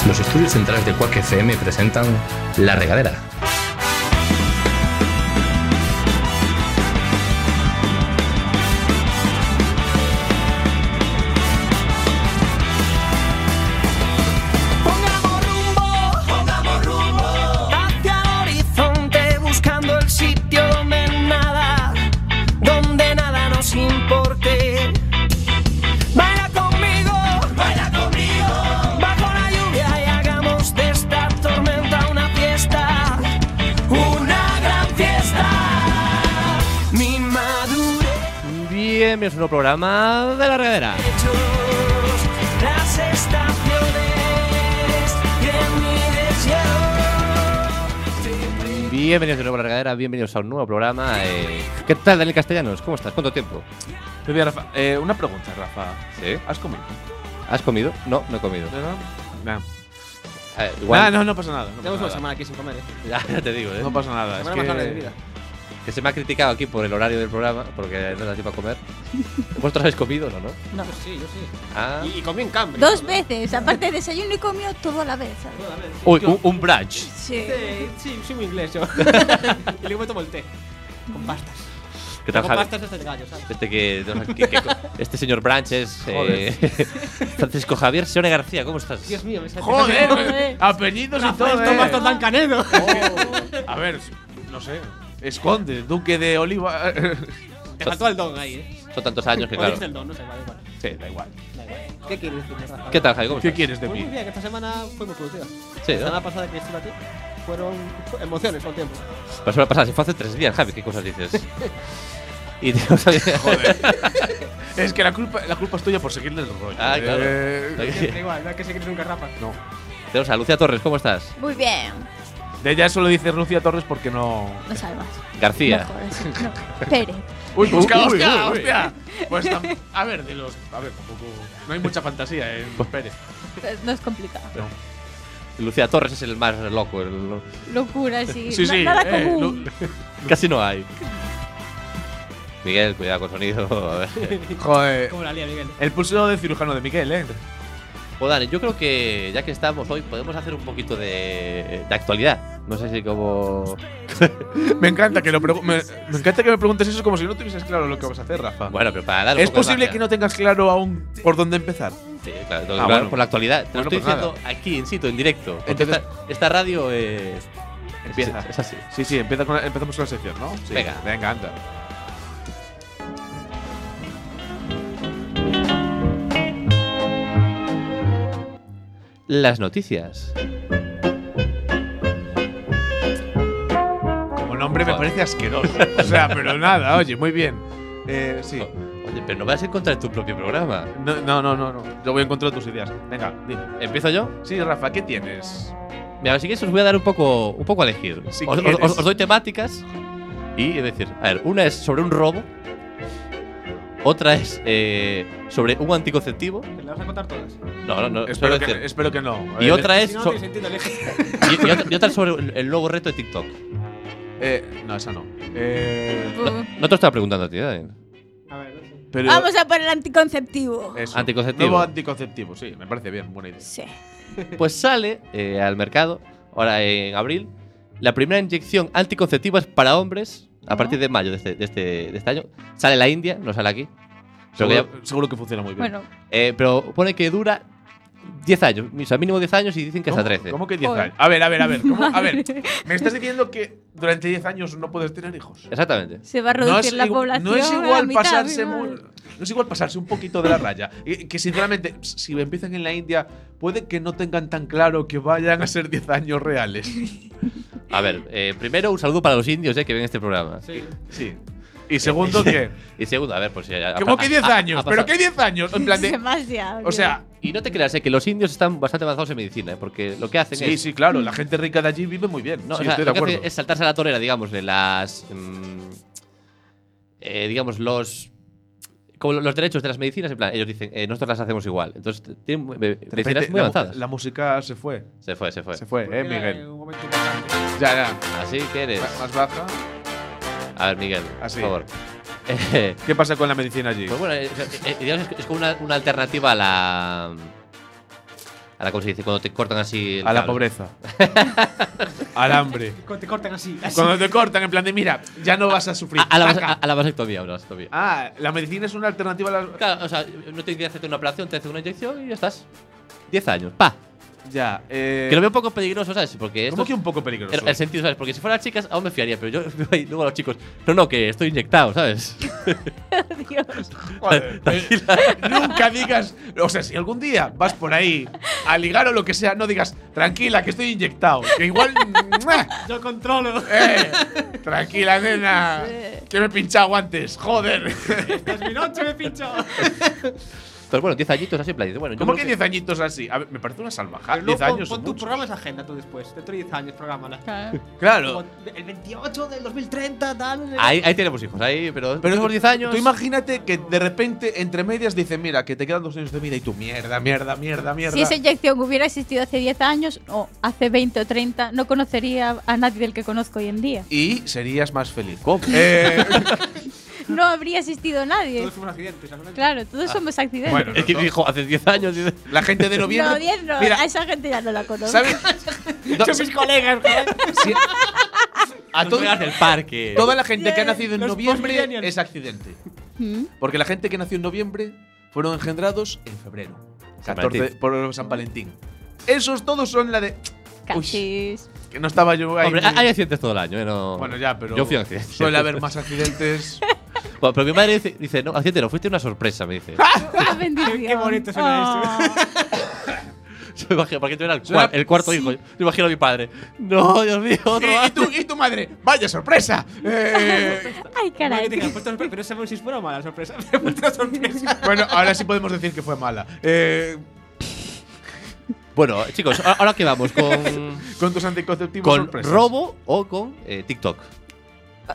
Speaker 1: Los estudios centrales de Quack FM presentan La Regadera.
Speaker 2: Pongamos rumbo, pongamos rumbo hacia el horizonte buscando el sitio donde nada, donde nada nos importe. Baila conmigo, baila conmigo bajo la lluvia y hagamos de esta tormenta una fiesta, una gran fiesta. Mi madurez.
Speaker 3: Bienvenidos a un nuevo programa de la regadera.
Speaker 2: Las estaciones y en mi deseo
Speaker 3: Bienvenidos de nuevo a la regadera. Bienvenidos a un nuevo programa. eh. ¿Qué tal, Daniel Castellanos? ¿Cómo estás? ¿Cuánto tiempo?
Speaker 4: Te voy a Rafa. eh, una pregunta, Rafa.
Speaker 3: ¿Sí?
Speaker 4: ¿Has comido?
Speaker 3: ¿Has comido? No, no he comido.
Speaker 4: ¿No? Nah.
Speaker 3: Eh, igual-
Speaker 4: Nah, no, no pasa nada. No
Speaker 5: Tenemos
Speaker 4: pasa
Speaker 5: una
Speaker 4: nada.
Speaker 5: semana aquí sin comer, eh.
Speaker 3: Ya, ya te digo, ¿eh?
Speaker 4: No pasa nada. Es
Speaker 5: Semana más larga de mi vida.
Speaker 4: que...
Speaker 3: que se me ha criticado aquí por el horario del programa, porque no da tiempo a comer. ¿Vosotros habéis comido no, no?
Speaker 6: No.
Speaker 5: Yo sí, yo sí.
Speaker 3: Ah.
Speaker 5: Y, y comí en Cambridge.
Speaker 6: Dos veces, aparte de desayuno y comió todo a la vez, ¿sabes?
Speaker 5: Toda la vez,
Speaker 4: Oh.
Speaker 5: sí.
Speaker 3: Uy,
Speaker 5: Yo-
Speaker 3: un, un brunch.
Speaker 6: Sí.
Speaker 5: Sí, este, sí, soy muy inglés yo. y luego me tomo el té. Con pastas.
Speaker 3: ¿Qué tal,
Speaker 5: Con
Speaker 3: Javi?
Speaker 5: pastas hasta el gallo, ¿sabes?
Speaker 3: Este, que, que- que- este señor Branch es eh, Francisco Javier Seone García, ¿cómo estás?
Speaker 5: Dios mío, me sale.
Speaker 4: ¡Joder! eh,
Speaker 6: Joder.
Speaker 4: Apellidos y todo,
Speaker 5: Rafael Tomás
Speaker 4: eh.
Speaker 5: Totán Canedo.
Speaker 4: A ver, no sé. Esconde, Duque de Oliva.
Speaker 5: Te faltó el don ahí, eh.
Speaker 3: Son tantos años que,
Speaker 5: O
Speaker 3: claro.
Speaker 5: dice el don, no sé, vale, vale.
Speaker 4: sí, da igual.
Speaker 5: Da igual. ¿Qué quieres decirme, Rafa?
Speaker 3: ¿Qué tal, Javi? ¿Cómo
Speaker 4: ¿Qué
Speaker 3: estás?
Speaker 4: quieres de
Speaker 5: Pues muy
Speaker 4: mí?
Speaker 5: bien, que esta semana fue muy productiva.
Speaker 3: Sí,
Speaker 5: la
Speaker 3: ¿no?
Speaker 5: semana pasada que estuve aquí, fueron fue- emociones al tiempo.
Speaker 3: La semana pasada, se fue hace tres días, Javi, ¿qué cosas dices? y tenemos también-
Speaker 4: Es que la culpa, la culpa es tuya por seguirle el rollo.
Speaker 3: Ah, claro.
Speaker 4: Eh,
Speaker 5: Siempre igual, no hay que seguir nunca rapa.
Speaker 4: no.
Speaker 3: tenemos a Lucía Torres, ¿cómo estás?
Speaker 6: Muy bien,
Speaker 4: De ella solo dice Lucía Torres porque no.
Speaker 6: me salvas.
Speaker 3: García.
Speaker 6: Mejor así. No, Pérez.
Speaker 4: Uy, busca,
Speaker 3: uy,
Speaker 4: hostia,
Speaker 3: uy, uy.
Speaker 4: hostia. Pues tam- a ver, de los. A ver, tampoco. No hay mucha fantasía en
Speaker 5: Pues,
Speaker 4: Pérez.
Speaker 6: Eh, No es complicado.
Speaker 3: Lucía Torres es el más loco, el-
Speaker 6: Locura, sí.
Speaker 4: Sí,
Speaker 6: Na-
Speaker 4: sí,
Speaker 6: Nada
Speaker 4: eh,
Speaker 6: común.
Speaker 3: casi no hay. Miguel, cuidado con sonido. A ver.
Speaker 4: Joder.
Speaker 5: Como la lía, Miguel.
Speaker 4: El pulso de cirujano de Miguel, ¿eh?
Speaker 3: O Dani, Pues yo creo que ya que estamos hoy podemos hacer un poquito de, de actualidad. No sé si como...
Speaker 4: Me encanta, que lo pregu- me, me encanta que me preguntes eso como si no tuvieses claro lo que vas a hacer, Rafa.
Speaker 3: Ah, Bueno, pero para dar un
Speaker 4: ¿Es
Speaker 3: poco de
Speaker 4: posible
Speaker 3: magia.
Speaker 4: que no tengas claro aún por dónde empezar?
Speaker 3: Sí, claro,
Speaker 4: Ah, bueno.
Speaker 3: por la actualidad. Te lo
Speaker 4: Bueno,
Speaker 3: estoy
Speaker 4: pues
Speaker 3: diciendo aquí, en sitio, en directo. Porque
Speaker 4: Entonces-
Speaker 3: esta, esta radio eh, empieza.
Speaker 4: Sí.
Speaker 3: Es así.
Speaker 4: Sí, sí, empieza con la- empezamos con la sección, ¿no? Sí.
Speaker 3: Venga.
Speaker 4: Venga, anda.
Speaker 3: Las noticias.
Speaker 4: Como nombre me
Speaker 3: Joder.
Speaker 4: parece asqueroso. o sea, pero nada, oye, muy bien. Eh, sí.
Speaker 3: Oye, pero no vas a encontrar tu propio programa.
Speaker 4: No, no, no, no, no. Yo voy a encontrar tus ideas. Venga, dime.
Speaker 3: ¿Empiezo yo?
Speaker 4: Sí, Rafa, ¿qué tienes?
Speaker 3: Mira, así que eso os voy a dar un poco, un poco a elegir.
Speaker 4: Si
Speaker 3: os, os-
Speaker 4: quieres.
Speaker 3: os- os doy temáticas y es decir, a ver, una es sobre un robo, otra es eh, sobre un anticonceptivo.
Speaker 5: ¿Te la vas a contar todas?
Speaker 3: No, no, no.
Speaker 4: Espero
Speaker 3: solo
Speaker 4: que,
Speaker 3: decir.
Speaker 4: espero que no.
Speaker 3: Y
Speaker 4: Eh,
Speaker 3: otra es
Speaker 5: Si no, no
Speaker 3: so-
Speaker 5: tiene sentido, elige.
Speaker 3: y- y otra- y otra es sobre el- el nuevo reto de TikTok.
Speaker 4: eh, no, esa no. Eh,
Speaker 3: No, no te lo estaba preguntando a ti, Dani.
Speaker 5: A ver, no sé.
Speaker 4: pero
Speaker 6: Uh. Vamos a por el anticonceptivo.
Speaker 4: eso.
Speaker 3: Anticonceptivo.
Speaker 4: Nuevo anticonceptivo, sí, me parece bien, buena idea.
Speaker 6: Sí.
Speaker 3: Pues sale eh, al mercado, ahora en abril, la primera inyección anticonceptiva es para hombres a
Speaker 6: Ujú.
Speaker 3: partir de mayo de este, de este- de este año. Sale en la India, no sale aquí. Pero, que
Speaker 4: Seguro,
Speaker 3: ya-
Speaker 4: seguro que funciona muy bien.
Speaker 6: Bueno,
Speaker 3: eh, pero pone que dura 10 años, o sea, mínimo 10 años y dicen que hasta
Speaker 4: ¿Cómo-
Speaker 3: 13.
Speaker 4: ¿Cómo que 10
Speaker 6: Joder.
Speaker 4: años? A ver, a ver, a ver. ¿cómo? A ver,
Speaker 6: Madre.
Speaker 4: me estás diciendo que durante 10 años no puedes tener hijos.
Speaker 3: Exactamente.
Speaker 6: se va a reducir la
Speaker 4: igu-
Speaker 6: población. eh,
Speaker 4: no es
Speaker 6: a la
Speaker 4: igual
Speaker 6: mitad,
Speaker 4: pasarse
Speaker 6: mi
Speaker 4: mu-
Speaker 6: madre.
Speaker 4: no es igual pasarse un poquito de la raya. Y que sinceramente, si empiezan en la India, puede que no tengan tan claro que vayan a ser 10 años reales.
Speaker 3: A ver, eh, primero un saludo para los indios eh, que ven este programa.
Speaker 5: Sí.
Speaker 4: Sí. Y segundo, que.
Speaker 3: Y segundo, a ver, pues ya. ya-
Speaker 4: ¿Cómo que 10
Speaker 3: ha- ha-
Speaker 4: años?
Speaker 3: ha
Speaker 4: ¿Pero
Speaker 3: pasado.
Speaker 4: qué 10 años? En plan de.
Speaker 6: Demasiado.
Speaker 4: O sea,
Speaker 3: Y no te creas, eh, que los indios están bastante avanzados en medicina, eh, porque lo que hacen
Speaker 4: sí,
Speaker 3: es.
Speaker 4: sí, claro, la gente rica de allí vive muy bien.
Speaker 3: No,
Speaker 4: sí,
Speaker 3: o sea,
Speaker 4: estoy de
Speaker 3: lo que
Speaker 4: acuerdo.
Speaker 3: hace es saltarse a la torera, digamos, de las. mm, eh, digamos, los. Como lo- los derechos de las medicinas, en plan, ellos dicen, eh, nosotros las hacemos igual. Entonces, t- tienen me- me-
Speaker 4: De repente,
Speaker 3: medicinas muy
Speaker 4: la,
Speaker 3: avanzadas.
Speaker 4: la música se fue.
Speaker 3: se fue, se fue.
Speaker 4: Se fue, eh,
Speaker 5: Porque era, eh,
Speaker 4: Miguel.
Speaker 5: un momento importante.
Speaker 4: Ya, ya.
Speaker 3: Así que eres.
Speaker 4: Más más baja.
Speaker 3: A ver, Miguel,
Speaker 4: Así.
Speaker 3: por favor. Eh,
Speaker 4: ¿Qué pasa con la medicina allí?
Speaker 3: pues bueno, eh, eh, digamos, es- es como una, una alternativa a la. A la, ¿cómo se dice? Cuando te cortan así. el
Speaker 4: A la
Speaker 3: cable.
Speaker 4: pobreza. Al hambre.
Speaker 5: Co- Te cortan así. así.
Speaker 4: Cuando te cortan, en plan de mira, ya no vas a sufrir.
Speaker 3: A, a la, vas-
Speaker 4: Taca.
Speaker 3: a- a la vasectomía, una vasectomía.
Speaker 4: Ah, la medicina es una alternativa a la.
Speaker 3: Claro, o sea, no tienes que hacerte una operación, te haces una inyección y ya estás. 10 años, pa.
Speaker 4: Ya, eh.
Speaker 3: Que lo veo un poco peligroso, ¿sabes? Porque esto
Speaker 4: ¿Cómo que un poco peligroso?
Speaker 3: el, el sentido, ¿sabes? Porque si fueran chicas, aún me fiaría, pero yo veo ahí luego a los chicos. No, no, que estoy inyectado, ¿sabes?
Speaker 6: Dios.
Speaker 4: Joder, eh, nunca digas. O sea, si algún día vas por ahí a ligar o lo que sea, no digas, tranquila, que estoy inyectado. Que igual. ¡mua!
Speaker 5: Yo controlo.
Speaker 4: Eh, tranquila, nena. Que me he pinchado antes, joder.
Speaker 5: Es mi noche, me pincho.
Speaker 3: Pero bueno, 10 añitos así en plan. dice, Bueno, yo
Speaker 4: ¿Cómo
Speaker 3: creo
Speaker 4: que 10 añitos así? A ver, me parece una salvajada. 10
Speaker 5: Pero luego pon-
Speaker 4: años. son
Speaker 5: Pon tus
Speaker 4: muchos.
Speaker 5: programas agenda tú después. Dentro de 10 años, programa.
Speaker 4: Claro.
Speaker 5: El 28 del 2030, tal.
Speaker 3: Ahí, ahí tenemos hijos, ahí, pero. Pero tenemos 10 años.
Speaker 4: Tú imagínate que de repente, entre medias, dicen, mira, que te quedan dos años de vida y tú, mierda, mierda, mierda, mierda.
Speaker 6: Si esa inyección hubiera existido hace 10 años o hace 20 o 30, no conocería a nadie del que conozco hoy en día.
Speaker 4: y serías más feliz. ¿Cómo? Eh,
Speaker 6: No habría existido nadie.
Speaker 5: Todos fuimos accidentes. ¿sabes?
Speaker 6: Claro, todos somos accidentes.
Speaker 4: Ah. bueno,
Speaker 3: Es que dijo hace 10 años. dice,
Speaker 4: la gente de noviembre.
Speaker 6: no, 10 no,
Speaker 4: Mira,
Speaker 6: a esa gente ya no la conozco.
Speaker 4: ¿sabes? Do-
Speaker 5: Son mis colegas, joder.
Speaker 4: si- a
Speaker 3: "Nos
Speaker 4: todo-
Speaker 3: pegas del parque.
Speaker 4: toda la gente que ha nacido en
Speaker 5: Los
Speaker 4: noviembre
Speaker 5: postmillennials.
Speaker 4: es accidente.
Speaker 6: ¿Mm?
Speaker 4: Porque la gente que nació en noviembre fueron engendrados en febrero.
Speaker 3: San
Speaker 4: 14
Speaker 3: Valentín.
Speaker 4: por San Valentín. Esos todos son la de.
Speaker 6: Cachis.
Speaker 4: Que no estaba yo ahí.
Speaker 3: Hombre,
Speaker 4: muy-
Speaker 3: hay accidentes todo el año, ¿eh? No-
Speaker 4: bueno, ya, pero.
Speaker 3: Yo fui a un accidente.
Speaker 4: Suele haber más accidentes.
Speaker 3: Bueno, pero mi madre dice, dice, no,
Speaker 4: ¡Ah!
Speaker 6: Ah,
Speaker 3: accidente no, fuiste una sorpresa, me dice.
Speaker 6: Qué bendición.
Speaker 5: Qué bonito suena
Speaker 6: Oh.
Speaker 3: Se me imagina, porque tú eras el,
Speaker 4: Suena-
Speaker 3: cuar- el cuarto
Speaker 4: sí.
Speaker 3: hijo. Yo me imagino a mi padre. No, Dios mío, otro
Speaker 4: Y, y
Speaker 3: más.
Speaker 4: tu, y tu madre, vaya sorpresa. Eh,
Speaker 6: Ay,
Speaker 5: Vale,
Speaker 6: caray.
Speaker 5: tenga, puesto sorpresa, pero no sabemos si pues es buena o mala sorpresa. Me he puesto una sorpresa.
Speaker 4: bueno, ahora sí podemos decir que fue mala. Eh,
Speaker 3: Bueno, chicos, a- ahora que vamos con,
Speaker 4: con tus anticonceptivos
Speaker 3: con
Speaker 4: sorpresas.
Speaker 3: robo o con eh, TikTok.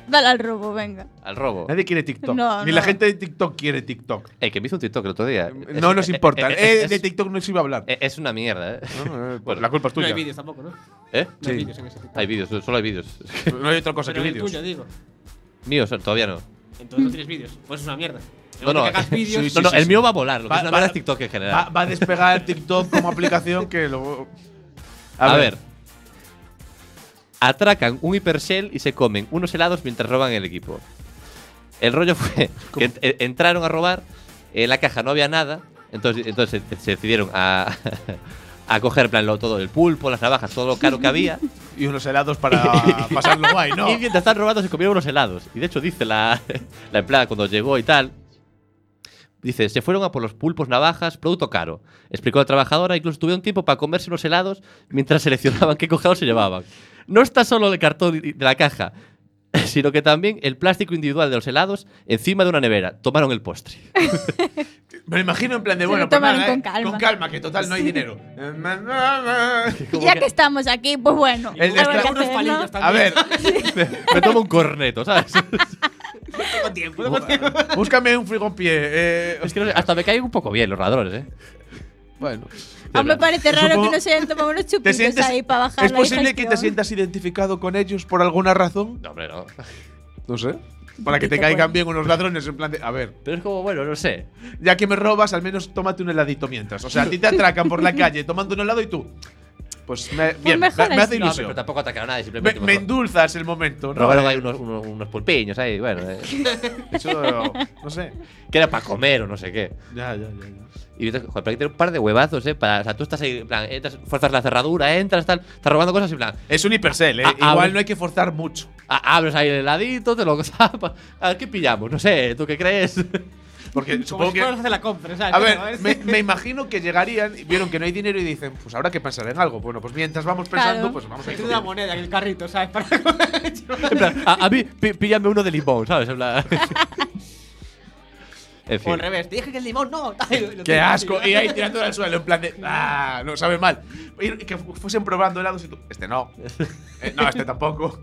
Speaker 6: Dale al robo, venga.
Speaker 3: Al robo.
Speaker 4: Nadie quiere TikTok.
Speaker 6: No,
Speaker 4: Ni
Speaker 6: no.
Speaker 4: la gente de TikTok quiere TikTok.
Speaker 3: Eh, que me hizo un TikTok el otro día.
Speaker 4: No nos importa. Eh, de TikTok no se iba a hablar.
Speaker 3: Eh, Es una mierda, ¿eh?
Speaker 4: No, eh, pues
Speaker 3: Bueno.
Speaker 4: la culpa es
Speaker 5: No
Speaker 4: tuya.
Speaker 5: hay vídeos tampoco, ¿no? No
Speaker 3: ¿Eh?
Speaker 5: hay
Speaker 4: Sí.
Speaker 5: vídeos en ese tipo.
Speaker 3: Hay vídeos, solo hay vídeos.
Speaker 4: No hay otra cosa
Speaker 5: Pero en
Speaker 4: que
Speaker 5: el
Speaker 4: vídeos.
Speaker 5: tuyo, digo.
Speaker 3: Míos, todavía no.
Speaker 5: Entonces no tienes vídeos. Pues es una mierda. En
Speaker 3: No,
Speaker 5: cuanto
Speaker 3: no, eh,
Speaker 5: que hagas vídeos,
Speaker 4: Sí, sí,
Speaker 3: no, no,
Speaker 4: sí,
Speaker 3: el
Speaker 4: sí.
Speaker 3: mío va a volar. Lo que
Speaker 4: Va-
Speaker 3: es una
Speaker 4: va-
Speaker 3: mierda es TikTok en general.
Speaker 4: Va, va a despegar TikTok como aplicación que lo.
Speaker 3: a, ver. Atracan un hipercell y se comen unos helados mientras roban el equipo. El rollo fue que ent- eh, entraron a robar, en la caja no había nada, entonces, entonces se- se decidieron a, a coger en plan, lo, todo el pulpo, las navajas, todo lo caro que había.
Speaker 4: Y unos helados para pasarlo guay, ¿no?
Speaker 3: Y mientras están robando se comieron unos helados. Y de hecho dice la, la empleada cuando llegó y tal. Dice, se fueron a por los pulpos, navajas, producto caro. Explicó la trabajadora, incluso tuvieron tiempo para comerse unos helados mientras seleccionaban qué cojados se llevaban. No está solo el cartón de la caja, sino que también el plástico individual de los helados encima de una nevera. Tomaron el postre.
Speaker 4: Me lo imagino en plan de
Speaker 6: Se
Speaker 4: bueno,
Speaker 6: lo
Speaker 4: pues
Speaker 6: toman
Speaker 4: nada,
Speaker 6: con
Speaker 4: eh,
Speaker 6: calma.
Speaker 4: Con calma, que total no hay dinero.
Speaker 6: Y ya que estamos aquí, pues bueno.
Speaker 4: El de
Speaker 6: algo
Speaker 4: esta-
Speaker 6: que
Speaker 5: unos
Speaker 6: hacer, ¿no?
Speaker 5: palillos también.
Speaker 4: A ver,
Speaker 3: Me tomo un corneto, ¿sabes?
Speaker 5: Tengo tiempo, tengo tiempo.
Speaker 4: búscame un frigopié. Eh,
Speaker 3: Es que no sé, hasta me caen un poco bien los ladrones, ¿eh?
Speaker 4: bueno,
Speaker 6: Aún Ah, me parece raro
Speaker 4: Supongo-
Speaker 6: que no se hayan tomado unos
Speaker 4: ¿te
Speaker 6: chupitos
Speaker 4: sientes?
Speaker 6: ahí para bajar
Speaker 4: ¿Es
Speaker 6: la
Speaker 4: posible que
Speaker 6: digestión.
Speaker 4: te sientas identificado con ellos por alguna razón?
Speaker 3: No, hombre, no.
Speaker 4: No sé. Para que
Speaker 6: Sí,
Speaker 4: te
Speaker 6: te
Speaker 4: caigan
Speaker 6: puede.
Speaker 4: bien unos ladrones en plan de. A ver,
Speaker 3: Pero es como, bueno, no sé.
Speaker 4: ya que me robas, al menos tómate un heladito mientras. O sea, a ti te atracan por la calle tomando un helado y tú. Pues me, bien, me,
Speaker 6: mejor
Speaker 4: me
Speaker 6: así.
Speaker 4: hace
Speaker 3: No, pero
Speaker 4: ilusión.
Speaker 3: tampoco atacaron a nadie,
Speaker 4: Me,
Speaker 3: simplemente
Speaker 4: me endulzas el momento. ¿no? Eh,
Speaker 3: Robaron ahí unos, unos, unos pulpiños ahí, bueno, eh,
Speaker 4: Eso, no sé.
Speaker 3: que era para comer o no sé qué.
Speaker 4: Ya, ya, ya. ya.
Speaker 3: Y dices, joder, pero hay que tener un par de huevazos, ¿eh? Para, o sea, tú estás ahí, en plan, entras, fuerzas la cerradura, entras, tal, estás robando cosas y en plan,
Speaker 4: Es un hipercell, ¿eh?
Speaker 3: Ah, ah,
Speaker 4: Igual
Speaker 3: bueno.
Speaker 4: no hay que forzar mucho.
Speaker 3: a- abres ahí el heladito, te lo zapas. A ver, ¿qué pillamos? No sé, ¿tú qué crees?
Speaker 4: Porque
Speaker 5: Como
Speaker 4: supongo
Speaker 5: si
Speaker 4: que.
Speaker 5: fueras a hacer la compra, ¿sabes?
Speaker 4: A
Speaker 5: Pero,
Speaker 4: ver, me, me imagino que llegarían y vieron que no hay dinero y dicen, pues habrá que pensar en algo. Bueno, pues mientras vamos pensando,
Speaker 6: Claro.
Speaker 4: pues vamos a
Speaker 5: Tiene
Speaker 4: ir.
Speaker 5: una moneda en el carrito, ¿sabes? Para comer.
Speaker 3: En plan, a, a mí, pi- píllame uno de limón, ¿sabes? En plan. En
Speaker 5: O al
Speaker 4: eh.
Speaker 3: fin.
Speaker 5: revés, te dije que el limón no.
Speaker 4: Qué asco. Y ahí tirando al suelo, en plan de. ¡Ah! No sabe mal. Y que fuesen probando helados y tú. Este no. Eh, no, este tampoco.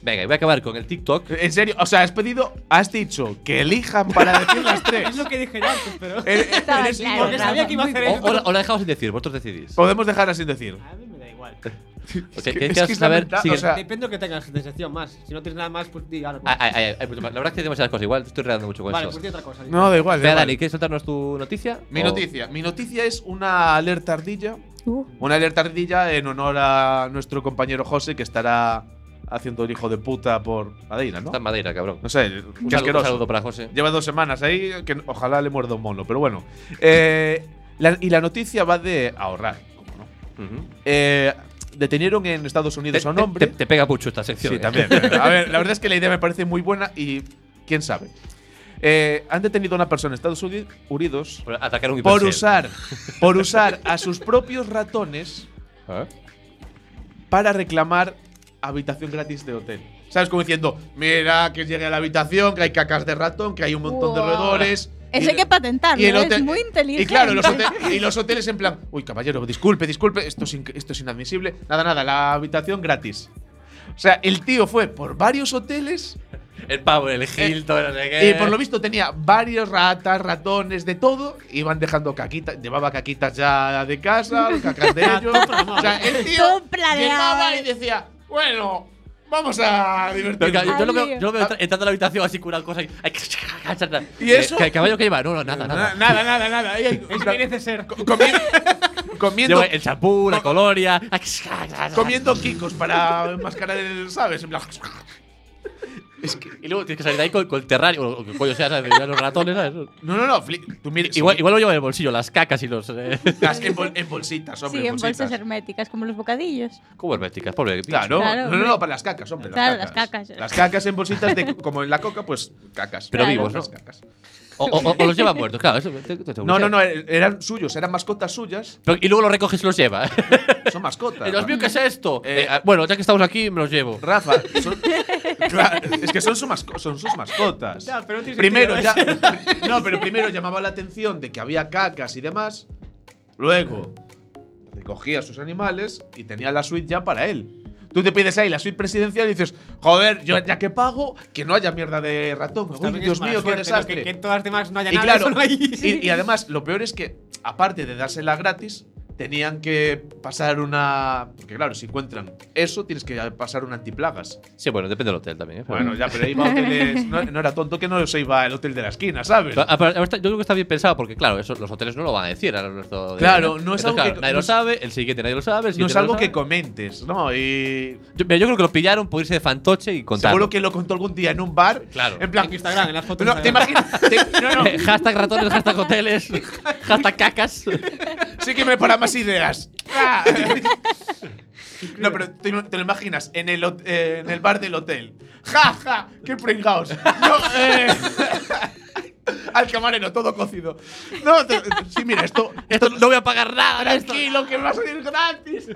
Speaker 3: Venga, y voy a acabar con el TikTok.
Speaker 4: En serio, o sea, has pedido. Has dicho que elijan para decir las tres.
Speaker 5: Es lo que dije yo antes, pero.
Speaker 4: Eh, eh,
Speaker 6: Estaba
Speaker 4: eres-
Speaker 6: claro,
Speaker 5: Porque
Speaker 4: porque
Speaker 6: Rafa.
Speaker 5: sabía que iba a hacer
Speaker 4: eh,
Speaker 3: O, o la,
Speaker 5: eso.
Speaker 3: o la dejamos sin decir, vosotros decidís.
Speaker 4: Podemos dejarla sin decir.
Speaker 5: A mí me da igual.
Speaker 3: Ok,
Speaker 4: que-
Speaker 3: ¿qué
Speaker 4: Pues es que
Speaker 3: quieres
Speaker 4: es
Speaker 3: saber?
Speaker 4: lamentable,
Speaker 3: Sigue.
Speaker 4: o sea-
Speaker 5: Depende de que tengas de sección más. Si no tienes nada más, pues di algo.
Speaker 4: Ah,
Speaker 3: Ay, ay, ay, ay, mucho más. la verdad es que tenemos las cosas igual, te estoy redando mucho con
Speaker 5: Vale,
Speaker 3: eso.
Speaker 5: pues di otra cosa. di.
Speaker 4: No, da igual. da
Speaker 3: Vea,
Speaker 4: igual.
Speaker 3: Dani, ¿quieres soltarnos tu noticia?
Speaker 4: Mi
Speaker 3: O-
Speaker 4: noticia. Mi noticia es una alerta ardilla.
Speaker 6: Uh.
Speaker 4: Una alerta ardilla en honor a nuestro compañero José, que estará haciendo el hijo de puta por Madeira, ¿no?
Speaker 3: Está en Madeira, cabrón.
Speaker 4: No sé,
Speaker 3: Un
Speaker 4: qué
Speaker 3: saludo, un
Speaker 4: asqueroso.
Speaker 3: saludo para José.
Speaker 4: Lleva dos semanas ahí, que ojalá le muerda un mono, pero bueno. Eh, la- y la noticia va de ahorrar. ¿cómo no?
Speaker 3: Ujú.
Speaker 4: Eh, detenieron en Estados Unidos a un hombre.
Speaker 3: te- te pega mucho esta sección.
Speaker 4: Sí,
Speaker 3: eh.
Speaker 4: también. A ver, la verdad es que la idea me parece muy buena y quién sabe. Eh, han detenido a una persona en Estados Uni- Unidos
Speaker 3: Por atacar un
Speaker 4: por
Speaker 3: hipercell.
Speaker 4: usar, por usar a sus propios ratones
Speaker 3: ¿Eh?
Speaker 4: para reclamar habitación gratis de hotel. ¿Sabes? Como diciendo, mira, que llegue a la habitación, que hay cacas de ratón, que hay un montón de
Speaker 6: Wow.
Speaker 4: roedores.
Speaker 6: Eso hay que patentarlo, ¿eh?
Speaker 4: el
Speaker 6: es muy inteligente.
Speaker 4: Y claro, los hote- y los hoteles en plan, uy, caballero, disculpe, disculpe, esto es, inc- esto es inadmisible. Nada, nada, la habitación gratis. O sea, el tío fue por varios hoteles
Speaker 3: El pavo, el Hilton, no sé qué.
Speaker 4: Eh, y Eh, por lo visto tenía varios ratas, ratones, de todo. Iban dejando caquitas, llevaba caquitas ya de casa, cacas de ellos. o sea, el tío
Speaker 6: Todo planeado,
Speaker 4: llegaba y
Speaker 6: eh.
Speaker 4: decía, bueno, vamos a
Speaker 3: Pero, claro,
Speaker 4: divertirnos.
Speaker 3: yo, lo veo,
Speaker 6: Adiós.
Speaker 3: yo lo veo entra- entrando a la habitación así con una cosa y. ay,
Speaker 4: ¿Y eso?
Speaker 3: Eh, ¿El caballo que lleva? No, no, nada, nada.
Speaker 4: Nada, nada, nada. nada. Ahí hay-
Speaker 5: Es merece ser.
Speaker 4: co- comiendo, comiendo,
Speaker 3: Lleva el champú, la coloria.
Speaker 4: comiendo kikos para enmascarar el, ¿sabes? En plan-
Speaker 3: Y luego tienes que salir de ahí con, con el terrario, o lo que coño sea, ¿sabes? Ya los ratones, ¿sabes?
Speaker 4: No, no, no. fli- Tú mira,
Speaker 3: Igual, igual lo llevo en el bolsillo, las cacas y los. eh,
Speaker 4: Las en, bol- en bolsitas, hombre. pues
Speaker 6: Sí, en bolsas
Speaker 4: bolsitas.
Speaker 6: herméticas, como los bocadillos.
Speaker 3: como herméticas, pobre. bicho.
Speaker 4: Claro,
Speaker 6: Claro,
Speaker 4: no, no,
Speaker 6: hombre.
Speaker 4: no, para las cacas, hombre.
Speaker 6: Claro,
Speaker 4: las
Speaker 6: las
Speaker 4: cacas.
Speaker 6: cacas.
Speaker 4: Las cacas en bolsitas, de, como en la coca, pues cacas.
Speaker 3: Pero
Speaker 6: Claro.
Speaker 3: vivos, ¿no?
Speaker 4: Las cacas.
Speaker 3: O, o- o los llevan muertos, claro. eso-
Speaker 4: No, no, no, eran suyos, eran mascotas suyas.
Speaker 3: Pero- y luego los recoges y los llevas.
Speaker 4: Son mascotas.
Speaker 3: Dios mío, ¿qué es esto?
Speaker 4: Eh,
Speaker 3: Eh, bueno, ya que estamos aquí, me los llevo.
Speaker 4: Rafa, son- Claro, es que son, su masco- son sus mascotas.
Speaker 5: Ya, pero no tiene
Speaker 4: primero ya,
Speaker 5: sentido, ¿eh?
Speaker 4: no, pero primero llamaba la atención de que había cacas y demás. Luego recogía sus animales y tenía la suite ya para él. Tú te pides ahí la suite presidencial y dices, joder, yo ya que pago, que no haya mierda de ratón. Uy,
Speaker 5: Pues También
Speaker 4: Dios
Speaker 5: es mala
Speaker 4: mío, qué
Speaker 5: suerte, ¿no?
Speaker 4: desastre.
Speaker 5: Que, que en todas las demás no haya
Speaker 4: Y
Speaker 5: nada
Speaker 4: claro,
Speaker 5: solo ahí.
Speaker 4: y, y además, lo peor es que, aparte de dársela gratis, tenían que pasar una. Porque claro, si encuentran eso, tienes que pasar un antiplagas.
Speaker 3: Sí, bueno, depende del hotel también. ¿eh? Pero-
Speaker 4: Bueno, ya, pero ahí va hoteles. No, no era tonto que no se iba al hotel de la esquina, ¿sabes?
Speaker 3: Pero, ah, pero está- yo creo que está bien pensado porque, claro, eso, los hoteles no lo van a decir a nuestro.
Speaker 4: Claro, no es algo que-
Speaker 3: Nadie
Speaker 4: no
Speaker 3: lo
Speaker 4: es-
Speaker 3: sabe, el siguiente nadie lo sabe. el
Speaker 4: No
Speaker 3: siguiente
Speaker 4: es algo
Speaker 3: lo
Speaker 4: que
Speaker 3: sabe.
Speaker 4: comentes, ¿no? Y.
Speaker 3: Yo, mira, yo creo que lo pillaron por irse de fantoche y contar.
Speaker 4: Seguro que lo contó algún día en un bar.
Speaker 3: Claro.
Speaker 4: En plan.
Speaker 5: En Instagram, en las fotos de
Speaker 4: No, ¿te
Speaker 5: Instagram.
Speaker 4: imaginas? Te- no, no.
Speaker 3: hashtag ratones, hashtag hoteles, hashtag cacas.
Speaker 4: Sí que me para más ideas. Ah. No, pero te, lo- te lo imaginas en el, hot- eh, en el bar del hotel. ¡Ja, ja! ¡Qué pringaos! No, eh. Al camarero, todo cocido. No, te- sí, mira, esto,
Speaker 3: Esto no voy a pagar nada. esto.
Speaker 4: tranquilo, que me va a salir gratis.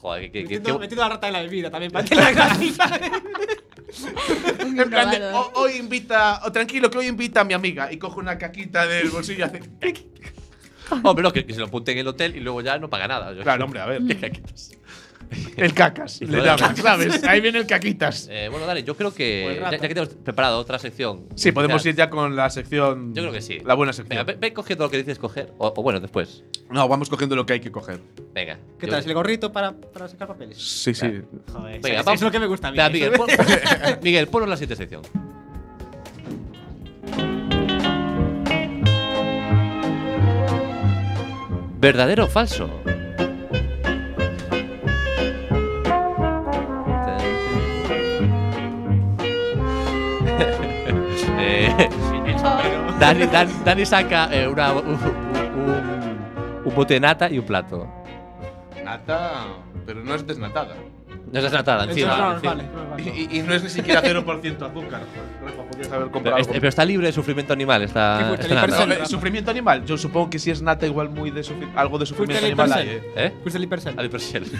Speaker 3: Joder, que. que, que,
Speaker 5: Metiendo, metiendo la rata en la bebida también para que la gratis, ¿sabes?
Speaker 6: Un
Speaker 4: En plan de,
Speaker 6: innovador.
Speaker 4: "Oh, hoy invita, oh, tranquilo, que hoy invita a mi amiga. Y coge una caquita del bolsillo y hace.
Speaker 3: hombre, no, que, que se lo apunte en el hotel y luego ya no paga nada. Yo-
Speaker 4: Claro, hombre, a ver.
Speaker 3: Qué caquitas.
Speaker 4: El cacas. Le llaman, ¿sabes? Ahí viene el caquitas.
Speaker 3: Eh, bueno, dale, yo creo
Speaker 5: O el
Speaker 3: que. Ya,
Speaker 5: rata.
Speaker 3: ya que tenemos preparado otra sección.
Speaker 4: Sí, podemos
Speaker 3: Espera,
Speaker 4: ir ya con la sección.
Speaker 3: Yo creo que sí.
Speaker 4: La buena sección.
Speaker 3: Venga, ve, ve cogiendo lo que dices coger. O, o bueno, después.
Speaker 4: No, vamos cogiendo lo que hay que coger.
Speaker 3: Venga.
Speaker 5: ¿Qué
Speaker 3: Yo-
Speaker 5: tal? ¿Es el gorrito para, para sacar papeles?
Speaker 4: Sí, sí.
Speaker 5: Joder,
Speaker 3: Venga,
Speaker 5: es,
Speaker 3: vamos.
Speaker 5: es lo que me gusta a mí.
Speaker 3: Venga,
Speaker 5: eso.
Speaker 3: Miguel, pon, Miguel, ponnos la siguiente sección. ¿Verdadero o falso? Eh, Dani, Dani- Dani saca eh, una- un, un- un bote de nata y un plato.
Speaker 4: Nata, pero no es desnatada.
Speaker 3: No es natada,
Speaker 5: Eso
Speaker 3: encima.
Speaker 5: es normal,
Speaker 3: encima.
Speaker 5: normal.
Speaker 4: Y, y- y no es ni siquiera 0% azúcar. Rafa, podrías haber
Speaker 3: Pero,
Speaker 4: comprado.
Speaker 3: es- pero está libre de sufrimiento animal
Speaker 5: Qué
Speaker 3: esta,
Speaker 5: fuerte,
Speaker 3: esta
Speaker 5: la
Speaker 3: nata.
Speaker 5: persona-
Speaker 4: Eh, ¿Sufrimiento animal? Yo supongo que si es nata, igual muy de sufri- algo de sufrimiento
Speaker 5: Fuiste
Speaker 4: animal.
Speaker 5: el
Speaker 4: hay, eh.
Speaker 3: ¿Eh?
Speaker 5: Fuiste Pues el hipercel.
Speaker 3: A Persiel.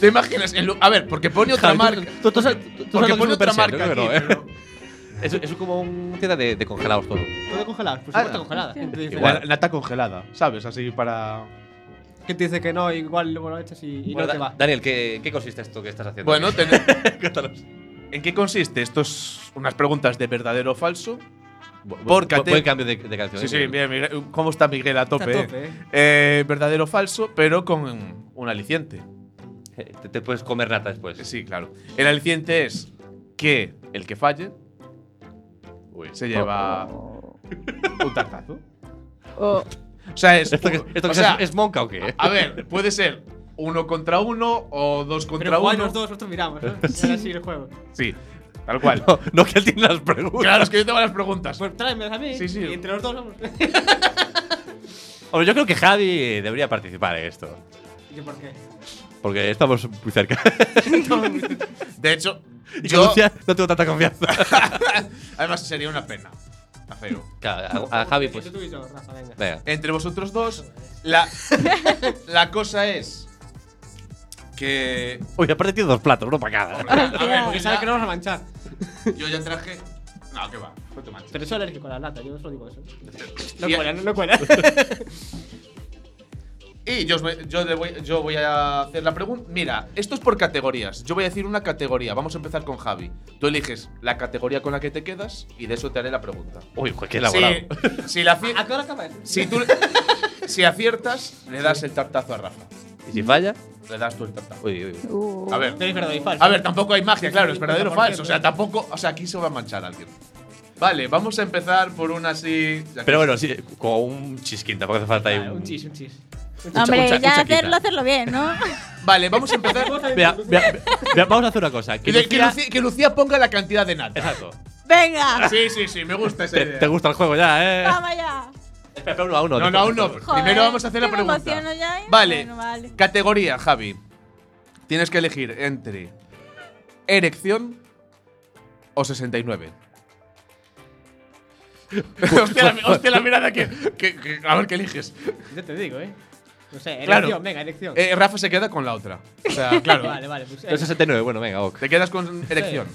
Speaker 4: ¿Te imaginas? El lu- a ver, porque pone otra
Speaker 3: Javi, tú-
Speaker 4: marca.
Speaker 3: tú- tú sabes- tú- tú sabes
Speaker 4: Porque
Speaker 3: lo que
Speaker 4: pone
Speaker 3: es un
Speaker 4: otra
Speaker 3: persiano,
Speaker 4: marca.
Speaker 3: creo que
Speaker 4: aquí,
Speaker 3: no,
Speaker 4: pero-
Speaker 3: Es, es como un tienda de, de congelados todo.
Speaker 5: Todo congelado. Por
Speaker 4: Ah,
Speaker 5: supuesto, pues congelada.
Speaker 6: hostia.
Speaker 5: ¿Quién te dice-
Speaker 4: La- la Nata congelada, ¿sabes? Así para.
Speaker 5: ¿Quién te dice que no? Igual luego lo echas y, y
Speaker 3: Bueno,
Speaker 5: no
Speaker 3: Da-
Speaker 5: te va.
Speaker 3: Daniel, ¿qué, ¿qué consiste esto que estás haciendo?
Speaker 4: Bueno, ten-
Speaker 3: Cuéntanos.
Speaker 4: ¿en qué consiste? Esto es unas preguntas de verdadero o falso.
Speaker 3: Bu- bu-
Speaker 4: Porca,
Speaker 3: bu-
Speaker 4: te-
Speaker 3: Buen cambio de, de canción.
Speaker 4: Sí,
Speaker 3: ¿eh,
Speaker 4: sí,
Speaker 3: Miguel?
Speaker 4: bien, Miguel. ¿Cómo está Miguel a tope?
Speaker 5: Está a
Speaker 4: eh?
Speaker 5: tope, eh.
Speaker 4: Eh, verdadero o falso, pero con un aliciente.
Speaker 3: Eh, Te, te puedes comer nata después.
Speaker 4: Sí, claro. El aliciente es que el que falle
Speaker 3: Uy.
Speaker 4: se lleva un tartazo. oh,
Speaker 6: O-
Speaker 4: O sea, es.
Speaker 3: ¿Esto, que,
Speaker 4: o
Speaker 3: esto que
Speaker 4: sea,
Speaker 3: es, es monca o qué?
Speaker 4: A ver, puede ser uno contra uno o dos contra
Speaker 5: Pero
Speaker 4: uno.
Speaker 5: jugáis los dos, nosotros miramos, ¿no? Y ahora sigue el juego.
Speaker 4: Sí, tal cual.
Speaker 3: No, no, que él tiene las preguntas.
Speaker 4: claro, es que yo tengo las preguntas.
Speaker 5: Pues tráemelas a mí.
Speaker 4: Sí, sí.
Speaker 5: Y entre los dos vamos.
Speaker 3: Hombre, yo creo que Javi debería participar en esto.
Speaker 5: ¿Yo por qué?
Speaker 3: Porque estamos muy cerca.
Speaker 4: De hecho,
Speaker 3: Y
Speaker 4: yo.
Speaker 3: como decía, no tengo tanta confianza.
Speaker 4: Además, sería una pena. Hacerlo.
Speaker 3: Claro, a, a Javi, pues.
Speaker 5: Tú y yo, Rafa, venga.
Speaker 3: Venga.
Speaker 4: entre vosotros dos. La, la cosa es que
Speaker 3: Uy, aparte tiene dos platos, no para cada.
Speaker 4: a ver,
Speaker 5: Porque sabes que no vamos a manchar.
Speaker 4: yo ya traje. No, que va. no te manches.
Speaker 5: Pero soy alérgico a la lata, yo os lo digo eso. No
Speaker 4: Y-
Speaker 5: cuela, no, no cuela.
Speaker 4: Y yo, os voy- yo, le voy, yo voy a hacer la pregunta. Mira, esto es por categorías. Yo voy a decir una categoría. Vamos a empezar con Javi. Tú eliges la categoría con la que te quedas y de eso te haré la pregunta.
Speaker 3: Uy, joder, qué elaborado.
Speaker 4: Si, si la aci-
Speaker 5: ¿A qué hora acaba esto?
Speaker 4: si tú- si aciertas, le das el tartazo a Rafa.
Speaker 3: ¿Y si falla?
Speaker 4: Le das tú el tartazo.
Speaker 3: Uy, uy, uy.
Speaker 6: Uh.
Speaker 4: oh. A ver.
Speaker 5: Tenéis verdad y falso.
Speaker 4: A ver, tampoco hay magia, claro, es verdadero o
Speaker 5: 50%.
Speaker 4: falso. O sea, tampoco. O sea, aquí se va a manchar alguien. Vale, vamos a empezar por una así. ya que-
Speaker 3: Pero bueno, sí, con un chisquín, tampoco hace falta ahí.
Speaker 5: Vale,
Speaker 3: Ah, un-
Speaker 5: Ah, Un chis, un chis.
Speaker 6: Hombre,
Speaker 3: mucha-
Speaker 6: ya
Speaker 3: mucha quita.
Speaker 6: hacerlo, hacerlo bien, ¿no?
Speaker 4: Vale, vamos a empezar.
Speaker 3: Vea, vea, vea, vamos a hacer una cosa. Que
Speaker 4: Que, que
Speaker 3: Lucía-
Speaker 4: Lucía, que Lucía ponga la cantidad de nata.
Speaker 3: Exacto.
Speaker 6: Venga,
Speaker 4: Ah, Sí, sí, sí, me gusta esa
Speaker 3: Te,
Speaker 4: idea.
Speaker 3: te gusta el juego ya, eh.
Speaker 6: vamos allá.
Speaker 3: Espera, espera, uno a uno.
Speaker 4: No, no, aún no.
Speaker 3: después.
Speaker 6: Joder,
Speaker 4: Primero vamos a hacer la
Speaker 6: que me emociono
Speaker 4: pregunta.
Speaker 6: ya, ¿eh?
Speaker 4: Vale.
Speaker 6: Bueno, vale.
Speaker 4: Categoría, Javi. Tienes que elegir entre erección o 69. hostia, la, hostia, la mirada que, que- que- A ver qué eliges.
Speaker 5: Ya te digo, ¿eh? No sé, elección,
Speaker 4: Claro.
Speaker 5: venga, elección.
Speaker 4: Eh, Rafa se queda con la otra. O sea, claro.
Speaker 5: Vale, vale, pues.
Speaker 3: El 69, bueno, venga, ok.
Speaker 4: Te quedas con erección.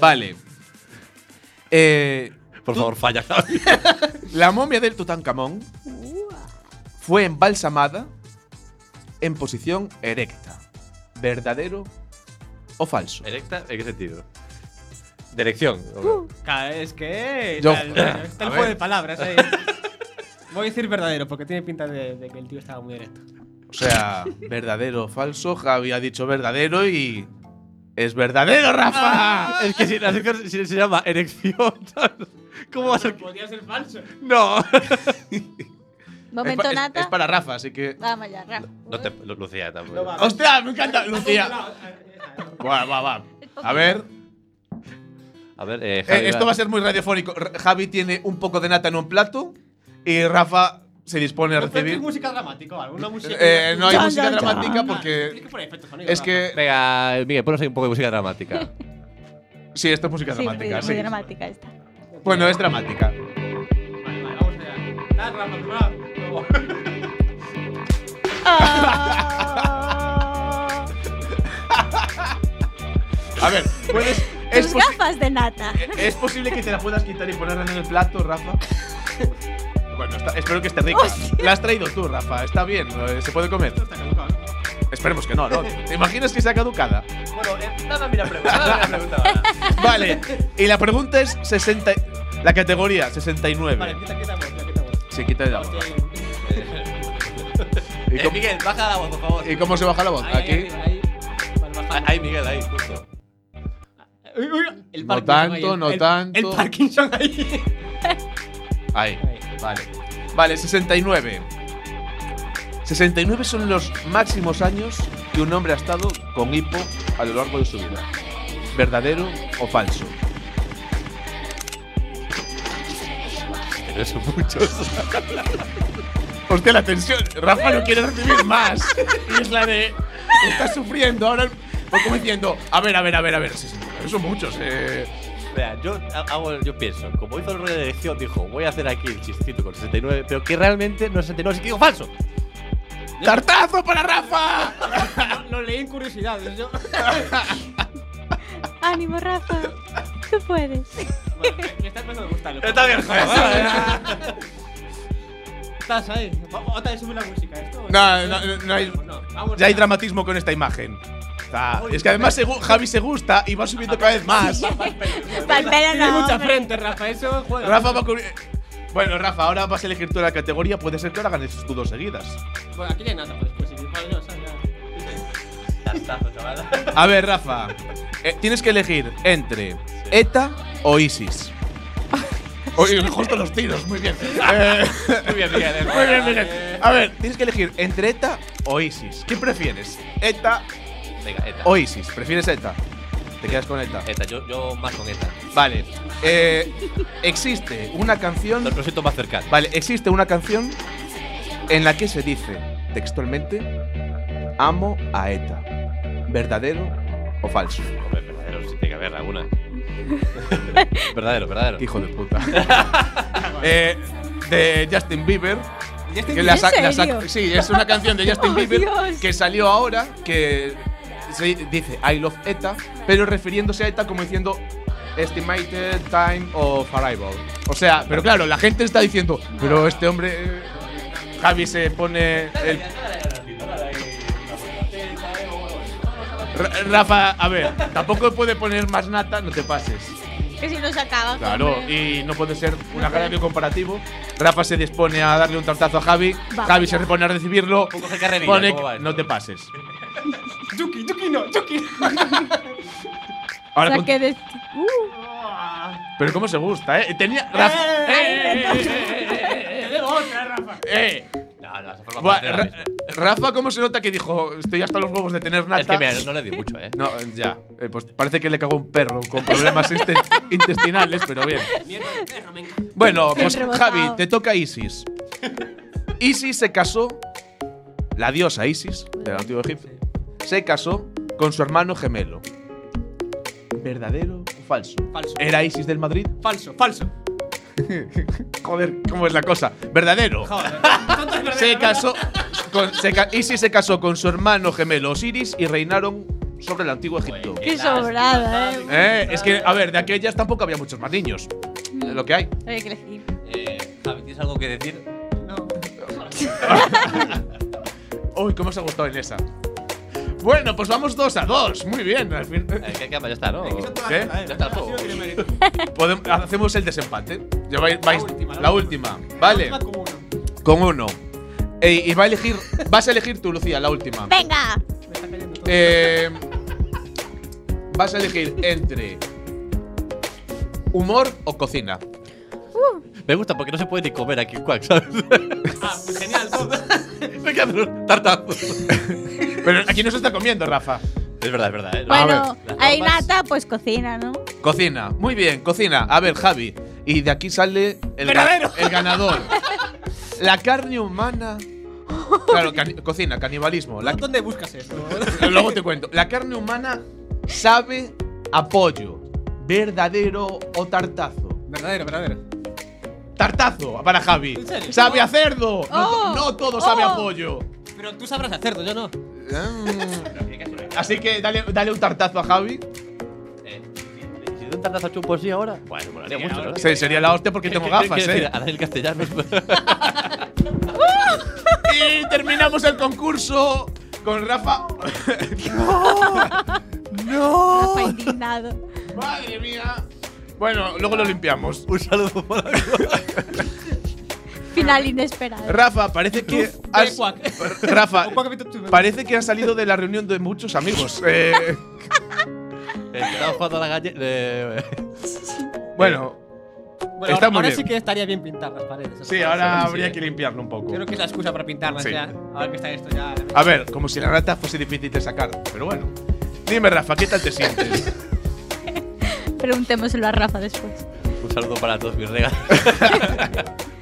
Speaker 4: Vale. Eh,
Speaker 3: Por favor, falla.
Speaker 4: la momia del Tutankamón fue embalsamada en posición erecta. ¿Verdadero o falso?
Speaker 3: ¿Erecta? ¿En qué sentido? De erección.
Speaker 5: Claro, es que.
Speaker 4: Yo-
Speaker 5: tal, bueno, está
Speaker 4: A
Speaker 5: el juego
Speaker 4: ver.
Speaker 5: de palabras ahí. Voy a decir verdadero, porque tiene pinta de, de que el tío estaba muy erecto.
Speaker 4: O sea, verdadero o falso. Javi ha dicho verdadero y. ¡Es verdadero, Rafa!
Speaker 3: Es que si la sección se, se llama erección, ¿cómo va a ser? que-
Speaker 5: Podía Pues ser falso.
Speaker 4: Pues,
Speaker 3: No.
Speaker 4: Es,
Speaker 6: Momento
Speaker 4: pa- es-
Speaker 6: nata.
Speaker 4: es para Rafa, así que.
Speaker 6: Vamos allá, Rafa.
Speaker 3: No te, Lu- Lucía tampoco.
Speaker 5: va.
Speaker 4: ¡Hostia! ¡Me encanta! Lucía.
Speaker 5: eh,
Speaker 4: Va, va, va. A ver.
Speaker 3: A ver, eh,
Speaker 4: Eh,
Speaker 3: Javi,
Speaker 4: esto va a ser muy radiofónico. R- Javi tiene un poco de nata en un plato y Rafa se dispone a recibir.
Speaker 5: ¿Es música dramática o alguna música?
Speaker 4: Eh, no hay
Speaker 6: Chan,
Speaker 4: música
Speaker 6: chan,
Speaker 4: dramática
Speaker 6: chan.
Speaker 5: Es que
Speaker 4: porque.
Speaker 5: poner efectos sonidos,
Speaker 4: Es
Speaker 3: eh,
Speaker 4: que.
Speaker 3: Venga, Miguel, ponos ahí un poco de música dramática.
Speaker 4: Sí, esto es música
Speaker 6: Sí,
Speaker 4: dramática.
Speaker 6: muy
Speaker 4: sí.
Speaker 6: dramática esta.
Speaker 4: Bueno, es dramática.
Speaker 5: Rafa. Vale, vale, vamos allá. Dale, Rafa, Rafa. luego.
Speaker 6: Ah.
Speaker 4: A ver, puedes. Es, Eh.
Speaker 6: Tus
Speaker 4: posi-
Speaker 6: gafas de nata.
Speaker 4: es posible que te la puedas quitar y ponerla en el plato, Rafa. Bueno, está- espero que esté rica.
Speaker 6: Hostia.
Speaker 4: La has traído tú, Rafa. Está bien, eh, se puede comer.
Speaker 5: Está caducado, ¿eh? ¿no?
Speaker 4: Esperemos que no, ¿no? ¿Te imaginas que sea caducada?
Speaker 5: Bueno, eh, dame a mí la pregunta, dame a mí la pregunta ahora.
Speaker 4: Vale, y la pregunta es 60. La categoría, 69.
Speaker 5: Vale, quita, quita, quita, quita.
Speaker 4: Se quita el agua.
Speaker 5: Hostia, ahí.
Speaker 4: ¿Y
Speaker 3: Eh,
Speaker 4: cómo,
Speaker 3: Miguel, baja el agua, por favor.
Speaker 4: y cómo se baja la voz?
Speaker 5: Ahí, ahí,
Speaker 4: Aquí.
Speaker 5: arriba, ahí. Vale, baja.
Speaker 3: Eh, Ahí, Miguel, ahí, justo.
Speaker 5: Uy, uy, el
Speaker 4: No
Speaker 5: Parkinson
Speaker 4: tanto,
Speaker 5: ahí, el-
Speaker 4: no
Speaker 5: el-
Speaker 4: tanto.
Speaker 5: El Parkinson ahí.
Speaker 4: Ahí. Vale. Vale, 69. 69 son los máximos años que un hombre ha estado con hipo a lo largo de su vida. ¿Verdadero o falso?
Speaker 3: Pero son muchos.
Speaker 4: Hostia, la tensión. Rafa no quiere recibir más. Y es la de. Está sufriendo ahora. Voy como diciendo. A ver, a ver, a ver, a ver. Sí, sí, son muchos. Eh.
Speaker 3: Vea, yo, hago, yo pienso, como hizo el rollo de elección, dijo, voy a hacer aquí el chistito con 69, pero que realmente no es 69, así que digo falso.
Speaker 4: ¡Tartazo para Rafa!
Speaker 5: Lo leí en curiosidades, yo.
Speaker 6: Ánimo, Rafa. Tú puedes.
Speaker 5: Bueno, me- me está empezando a gustar. lo-
Speaker 3: bien,
Speaker 5: Estás ahí. Vamos, Otra vez sube la música. Esto,
Speaker 4: No, no, no, no hay-
Speaker 5: vamos
Speaker 4: Ya hay
Speaker 5: allá.
Speaker 4: dramatismo con esta imagen. Está-
Speaker 5: Uy,
Speaker 4: es que además se gu- Javi se gusta y va subiendo cada vez más.
Speaker 6: Palpera
Speaker 5: Tiene
Speaker 6: no.
Speaker 5: mucha
Speaker 6: hombre.
Speaker 5: frente, Rafa. Eso juega.
Speaker 4: Rafa va a cubrir- Bueno, Rafa, ahora vas a elegir tú la categoría. Puede ser que ahora ganes tú dos seguidas.
Speaker 5: Bueno, aquí ya hay nada pues, para después. Si disparo yo, ¿sabes?
Speaker 4: A ver, Rafa, eh, tienes que elegir entre ETA o ISIS. Oye, justo los tiros, muy bien. Eh, muy bien, eh, Miguel. Muy bien, Miguel. A ver, tienes que elegir entre ETA o ISIS. ¿Qué prefieres? ¿ETA
Speaker 3: Venga, ETA.
Speaker 4: o ISIS? ¿Prefieres ETA? Te quedas con ETA.
Speaker 3: ETA, yo, yo más con ETA.
Speaker 4: Vale. eh, existe una canción.
Speaker 3: Lo, lo siento más cercano.
Speaker 4: Vale, existe una canción en la que se dice textualmente Amo a ETA. ¿Verdadero o falso?
Speaker 3: Hombre, verdadero, sí tiene que haber alguna. verdadero, verdadero.
Speaker 4: Hijo de puta. Eh, de Justin Bieber. que la
Speaker 6: ¿En
Speaker 4: sa- la sa-
Speaker 6: serio?
Speaker 4: sí, es una canción de Justin
Speaker 6: Oh,
Speaker 4: Bieber
Speaker 6: Dios.
Speaker 4: que salió ahora que se dice I love ETA, pero refiriéndose a ETA como diciendo Estimated time of arrival. O sea, pero claro, la gente está diciendo, pero este hombre eh, Javi se pone el Ra- Rafa, a ver, tampoco puede poner más nata, no te pases.
Speaker 6: Que si nos acaba.
Speaker 4: Claro,
Speaker 6: hombre.
Speaker 4: y no puede ser un agravio comparativo. Rafa se dispone a darle un tartazo a Javi. Javi se repone a recibirlo.
Speaker 3: coge carrerilla,
Speaker 4: Pone
Speaker 3: ¿cómo va esto?
Speaker 4: no te pases.
Speaker 5: Yuki, Yuki no, Yuki.
Speaker 4: Ahora
Speaker 6: O sea,
Speaker 4: con-
Speaker 6: que de- Uh,
Speaker 4: Pero cómo se gusta, ¿eh? Tenía. Rafa. ¡Eh!
Speaker 5: Te debo otra, Rafa.
Speaker 4: ¡Eh! eh, eh, eh, eh.
Speaker 3: No, no, se forma
Speaker 4: Buah,
Speaker 3: parte de la
Speaker 4: Ra-
Speaker 3: misma.
Speaker 4: Rafa, ¿cómo se nota que dijo, estoy hasta los huevos de tener nata?
Speaker 3: Es que mira, no le di mucho, ¿eh?
Speaker 4: No, ya. Eh, pues parece que le cagó un perro con problemas inte- intestinales, pero bien. Bueno,
Speaker 6: Bien
Speaker 4: pues
Speaker 6: rebotado.
Speaker 4: Javi, te toca Isis. Isis se casó, la diosa Isis del antiguo Egipto, se casó con su hermano gemelo. ¿Verdadero o falso?
Speaker 5: Falso.
Speaker 4: ¿Era Isis del Madrid?
Speaker 5: Falso, falso.
Speaker 4: Joder, ¿cómo es la cosa? ¿Verdadero?
Speaker 5: Joder.
Speaker 4: Se casó. Con, se ca- Isis se casó con su hermano gemelo Osiris y reinaron sobre el antiguo Egipto.
Speaker 6: Qué sobrada, eh.
Speaker 4: Eh, es que, a ver, de aquellas tampoco había muchos más niños. Es Lo que hay.
Speaker 6: Había que elegir.
Speaker 3: Eh, Javi, ¿tienes algo que decir?
Speaker 4: Uy, cómo os ha gustado en esa. Bueno, pues vamos dos a dos. Muy bien. al fin-
Speaker 3: Eh, que, que ya está, ¿no?
Speaker 4: ¿Qué?
Speaker 3: Ya está el juego.
Speaker 4: Podem- hacemos el desempate. Ya vais- vais- la, última,
Speaker 5: última, la
Speaker 4: Vale,
Speaker 5: Vamos con uno.
Speaker 4: con uno. Ey, y va a elegir, vas a elegir tú, Lucía, la última.
Speaker 6: ¡Venga!
Speaker 5: Me está cayendo todo.
Speaker 4: Eh, vas a elegir entre humor o cocina.
Speaker 3: Me gusta porque no se puede ni comer aquí, cuac, ¿sabes?
Speaker 5: Ah, pues genial, todo.
Speaker 3: Hay que hacer un tartazo. Es
Speaker 4: Pero aquí no se está comiendo, Rafa.
Speaker 3: verdad, es verdad. ¿eh?
Speaker 4: A
Speaker 6: Bueno,
Speaker 4: ver,
Speaker 6: hay
Speaker 4: normas-
Speaker 6: nata, pues cocina, ¿no?
Speaker 4: Cocina, muy bien, cocina. A ver, Javi. Y de aquí sale el, ga-
Speaker 5: Verdadero.
Speaker 4: el ganador. La carne humana. Claro, cani- cocina, canibalismo. La-
Speaker 5: ¿Dónde buscas eso?
Speaker 4: luego te cuento. La carne humana sabe a pollo. ¿Verdadero o tartazo?
Speaker 5: verdadero, verdadero.
Speaker 4: Tartazo para Javi.
Speaker 5: ¿En serio?
Speaker 4: Sabe a cerdo. No, to-
Speaker 6: Oh.
Speaker 4: no todo sabe a
Speaker 6: Oh.
Speaker 4: pollo.
Speaker 5: Pero tú sabrás hacerlo, yo no.
Speaker 4: Mm. Así que dale, dale un tartazo a Javi.
Speaker 3: Eh, si- si de un tartazo chupo sí ahora. Bueno, molaría mucho, ¿no?
Speaker 4: Sí, sería la hostia porque tengo
Speaker 3: Quiero- quiero
Speaker 4: gafas,
Speaker 3: decir,
Speaker 4: eh.
Speaker 3: A Daniel Castellanos.
Speaker 4: Y terminamos el concurso con Rafa.
Speaker 6: Rafa
Speaker 4: Oh.
Speaker 6: indignado.
Speaker 4: Madre mía. Bueno, luego lo limpiamos.
Speaker 3: un saludo para.
Speaker 6: Final inesperado.
Speaker 4: Rafa, parece que
Speaker 5: Ve,
Speaker 4: has,
Speaker 5: cuac.
Speaker 4: Rafa,
Speaker 5: O cuac, vete tú.
Speaker 4: parece que has salido de la reunión de muchos amigos. Eh,
Speaker 3: Estaba jugando a la galleta.
Speaker 4: bueno,
Speaker 5: Bueno,
Speaker 4: está
Speaker 5: ahora-
Speaker 4: muy
Speaker 5: ahora
Speaker 4: bien.
Speaker 5: sí que estaría bien pintar las paredes.
Speaker 4: sí, ahora habría que limpiarlo un poco.
Speaker 5: Creo que es la excusa para pintarlas
Speaker 4: Sí. Ah.
Speaker 5: ya. Ahora que está esto ya.
Speaker 4: A ver, como si la nata fuese difícil de sacar, pero bueno. Dime, Rafa, ¿qué tal te sientes?
Speaker 6: Preguntémoselo a Rafa después.
Speaker 3: Un saludo para todos mis regalos.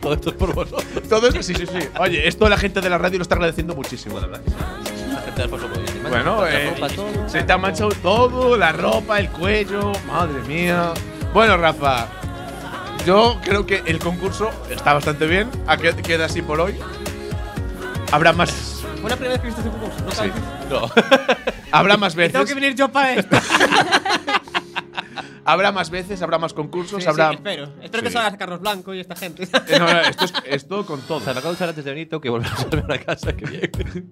Speaker 3: Todo esto es por vosotros.
Speaker 4: Todo esto, sí, sí, sí. Oye, esto la gente de la radio lo está agradeciendo muchísimo, la verdad.
Speaker 3: La gente del Foso Móvil.
Speaker 4: Bueno,
Speaker 3: La
Speaker 4: eh,
Speaker 3: ropa, todo.
Speaker 4: se te ha manchado todo, la ropa, el cuello, madre mía. Bueno, Rafa, yo creo que el concurso está bastante bien, ¿a qué queda así por hoy? Habrá más,
Speaker 5: Fue la primera vez que viste este concurso, ¿no?
Speaker 4: sí.
Speaker 3: No.
Speaker 4: habrá más
Speaker 5: Y Tengo que
Speaker 4: veces,
Speaker 5: venir yo para esto.
Speaker 4: habrá más veces, habrá más concursos,
Speaker 5: Sí,
Speaker 4: habrá.
Speaker 5: sí, espero. Espero que
Speaker 4: Sí.
Speaker 5: salgas Carlos Blanco y esta gente.
Speaker 4: Eh, no, no, esto, es- esto
Speaker 3: O
Speaker 4: con
Speaker 3: sea,
Speaker 4: todo.
Speaker 3: me acabo de usar antes de venir, tengo que volver a usarme a la casa. Que bien.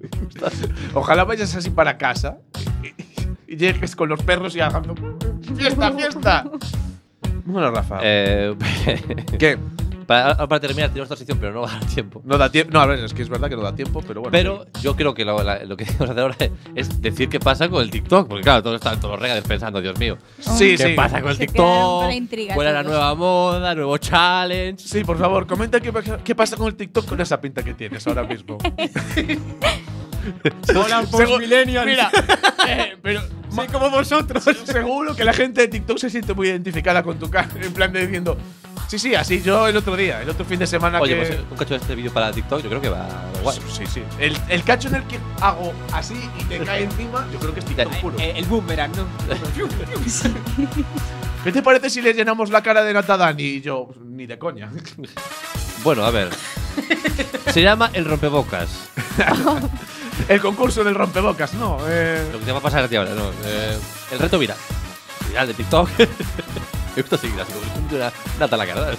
Speaker 4: Ojalá vayas así para casa y llegues con los perros y hagan fiesta, fiesta. Bueno, Rafa,
Speaker 3: Eh,
Speaker 4: Ah. ¿qué?
Speaker 3: para, para terminar, tenemos otra sección, pero no va a dar tiempo.
Speaker 4: No da tiempo. No, a ver, es que es verdad que no da tiempo, pero bueno.
Speaker 3: Pero yo creo que lo, la- lo que debemos hacer ahora es decir qué pasa con el TikTok. Porque claro, todos están todos los regalos pensando, Dios mío.
Speaker 4: Sí,
Speaker 3: ¿Qué
Speaker 4: sí.
Speaker 3: pasa con el
Speaker 6: Se quedaron con
Speaker 3: TikTok?
Speaker 6: la intriga
Speaker 3: ¿Cuál es la
Speaker 6: todos.
Speaker 3: nueva moda? ¿Nuevo challenge?
Speaker 4: Sí, por favor, comenta qué, pasa- qué pasa con el TikTok con esa pinta que tienes ahora mismo.
Speaker 5: Hola, post-millennials.
Speaker 4: Mira, eh, pero
Speaker 5: Soy como vosotros.
Speaker 4: seguro que la gente de TikTok se siente muy identificada con tu cara, en plan de diciendo, sí, sí, así yo el otro día, el otro fin de semana
Speaker 3: Oye,
Speaker 4: que…
Speaker 3: pues eh, un cacho de este vídeo para TikTok, yo creo que va guay.
Speaker 4: Sí, sí. El, el cacho en el que hago así y te cae encima, yo creo que es TikTok
Speaker 3: Ya, eh,
Speaker 4: puro.
Speaker 5: Eh, El, el boomerang, ¿no? Fiu, fiu.
Speaker 4: ¿Qué te parece si le llenamos la cara de nata a Dani? Y yo, pues, ni de coña.
Speaker 3: Bueno, a ver. se llama El Rompebocas.
Speaker 4: el concurso del rompebocas, no. eh.
Speaker 3: Lo que te va a pasar a ti ahora, no. eh, el reto viral. Viral de TikTok. Me gusta seguir así, como una data a la cara.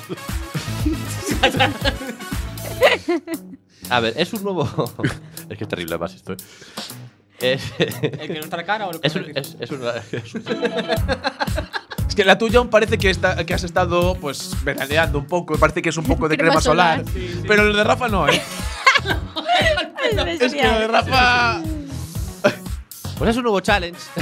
Speaker 3: ¿sabes? a ver, es un nuevo. es que es terrible, además, esto. eh. Es.
Speaker 5: El que no está la cara o lo que
Speaker 3: Es un,
Speaker 5: sea.
Speaker 3: es, es una- es un-
Speaker 4: Es que la tuya aún parece que, está, que has estado pues veraneando un poco, parece que es un poco de crema,
Speaker 6: Crema
Speaker 4: solar.
Speaker 6: solar.
Speaker 4: Pero lo de Rafa no, ¿eh? es que lo de
Speaker 6: Especial.
Speaker 4: Rafa.
Speaker 3: Pues es un nuevo challenge.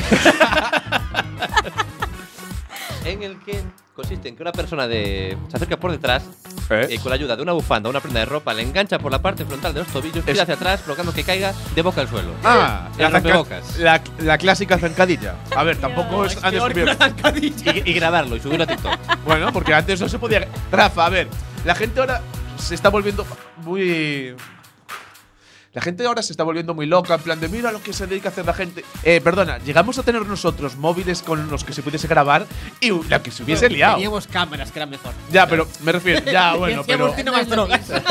Speaker 3: en el el que consiste en que una persona de, se acerca por detrás
Speaker 7: ¿Eh?
Speaker 3: eh, con la ayuda de una bufanda o una prenda de ropa, le engancha por la parte frontal de los tobillos, tira hacia atrás, provocando que caiga de boca al suelo.
Speaker 7: Ah, la,
Speaker 3: El
Speaker 7: zanca-
Speaker 3: rompebocas.
Speaker 7: la, la clásica zancadilla.
Speaker 4: A ver, tampoco es han descubierto.
Speaker 3: Y, y grabarlo y subirlo a TikTok.
Speaker 4: Bueno, porque antes no se podía. Rafa, a ver, la gente ahora se está volviendo muy. La gente ahora se está volviendo muy loca, en plan de mira lo que se dedica a hacer la gente. Eh, perdona, llegamos a tener nosotros móviles con los que se pudiese grabar y la que se hubiese liado.
Speaker 5: Teníamos cámaras que eran mejor.
Speaker 4: Ya, pero me refiero, ya, bueno, pero
Speaker 5: Decíamos que no más drogas.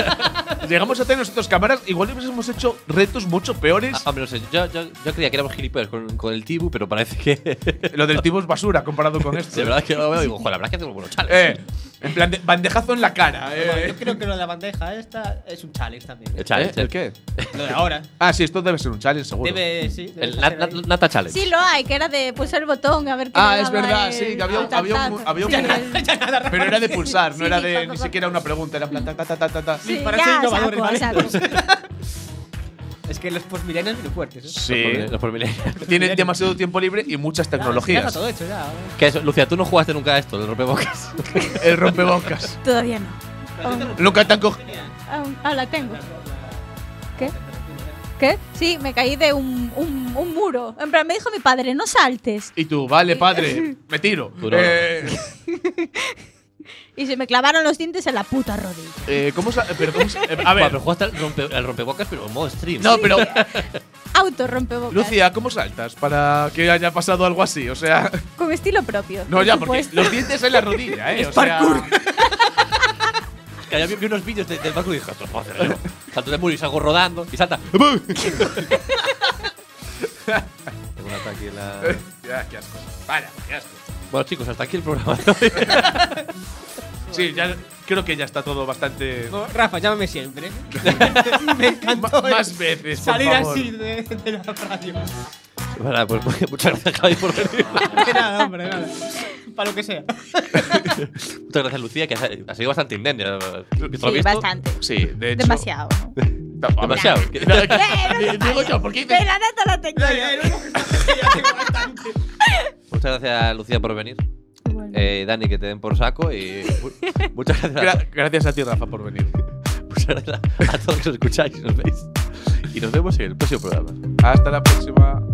Speaker 4: llegamos a tener nosotros cámaras, igual hubiésemos hecho retos mucho peores.
Speaker 3: Ah, hombre, no sé, yo, yo, yo creía que éramos gilipollas con, con el Tibu, pero parece que.
Speaker 4: Lo del tipo es basura comparado con esto.
Speaker 3: ah. de verdad que lo veo y digo, joder, la verdad es que hacemos buenos chales.
Speaker 4: Eh, en plan de bandejazo en la cara.
Speaker 5: Bueno,
Speaker 4: Eh.
Speaker 5: Yo creo que lo de la bandeja esta es un challenge también.
Speaker 3: El
Speaker 5: ¿eh?
Speaker 3: challenge.
Speaker 4: ¿El qué?
Speaker 5: Lo de ahora.
Speaker 4: Ah, sí, esto debe ser un challenge, seguro.
Speaker 5: Debe, sí. debe
Speaker 3: El
Speaker 5: ser
Speaker 3: nat-
Speaker 5: ahí.
Speaker 3: nat- Nata Challenge.
Speaker 6: Sí, lo hay, que era de pulsar el botón a ver qué
Speaker 4: Ah,
Speaker 6: le
Speaker 4: es
Speaker 6: daba
Speaker 4: verdad,
Speaker 6: el-
Speaker 4: sí, que había un-
Speaker 6: el
Speaker 4: había un-
Speaker 6: tantazo.
Speaker 4: había un-
Speaker 6: Sí,
Speaker 4: Pero era de pulsar, no
Speaker 6: Sí,
Speaker 4: era
Speaker 6: sí,
Speaker 4: de
Speaker 6: pa,
Speaker 4: ni
Speaker 6: pa,
Speaker 4: siquiera
Speaker 6: pa.
Speaker 4: una pregunta, era en plan ta ta ta ta ta. ta.
Speaker 6: Sí,
Speaker 5: para ser
Speaker 6: ya,
Speaker 5: innovadores,
Speaker 6: saco,
Speaker 5: ¿vale?
Speaker 6: saco.
Speaker 5: Es que los postmilenios son fuertes, ¿eh?
Speaker 4: Sí.
Speaker 3: Los formilenios.
Speaker 4: Tiene demasiado tiempo libre y muchas
Speaker 5: Ya, ya está
Speaker 4: tecnologías.
Speaker 5: todo hecho ya.
Speaker 3: ¿Qué es? Lucia, tú no jugaste nunca a esto, el rompebocas.
Speaker 4: El rompebocas.
Speaker 6: Todavía no. Aún-
Speaker 4: Nunca tan cogido.
Speaker 6: aún- Ah, la tengo. ¿Qué? ¿Qué? Sí, me caí de un, un, un muro. En plan, me dijo mi padre, no saltes.
Speaker 4: Y tú, vale, padre, me tiro.
Speaker 3: Duro.
Speaker 4: Eh,
Speaker 6: Y se me clavaron los dientes en la puta rodilla.
Speaker 4: eh, ¿Cómo sa- pero cómo sa- eh, A
Speaker 3: Buah,
Speaker 4: ver,
Speaker 3: Pero jugaste al, rompe- al rompebocas, pero en modo stream.
Speaker 4: no, pero
Speaker 6: Auto rompebocas.
Speaker 4: Lucía, ¿cómo saltas para que haya pasado algo así? O sea,
Speaker 6: Con estilo propio.
Speaker 4: no,
Speaker 6: por
Speaker 4: ya, porque
Speaker 6: supuesto.
Speaker 4: los dientes en la rodilla, ¿eh? O sea,
Speaker 3: Que había vi unos vídeos de- del banco y dije, "Esto es fácil, ¿no?". Salto de muro y salgo rodando y salta. Tengo un ataque en la-
Speaker 4: Ya, qué asco. Para, qué asco.
Speaker 3: Bueno, chicos, hasta aquí el programa. de hoy.
Speaker 4: Sí, ya creo que ya está todo bastante.
Speaker 5: No, Rafa, llámame siempre. Me encantó
Speaker 4: M- más veces, por
Speaker 5: salir
Speaker 4: favor.
Speaker 5: así de, de la radio.
Speaker 3: Bueno, pues, pues, muchas gracias, Javi, por venir.
Speaker 5: De nada, hombre, nada. Para lo que sea.
Speaker 3: Muchas gracias, Lucía, que ha sido bastante indemne. ¿no? ¿Visto lo
Speaker 6: Sí,
Speaker 3: visto?
Speaker 6: bastante.
Speaker 4: Sí, de hecho.
Speaker 6: Demasiado.
Speaker 4: Tampoco-
Speaker 3: Demasiado.
Speaker 6: Eh, no
Speaker 4: Digo yo, ¿por qué
Speaker 6: De
Speaker 4: dices?
Speaker 6: la neta la tengo.
Speaker 3: Muchas gracias, Lucía, por venir. Eh, Dani, que te den por saco. Y mu- muchas gracias, a,
Speaker 4: Gra- gracias a ti, Rafa, por venir.
Speaker 3: muchas gracias a todos los que nos escucháis y nos veis. Y nos vemos en el próximo programa.
Speaker 4: Hasta la próxima.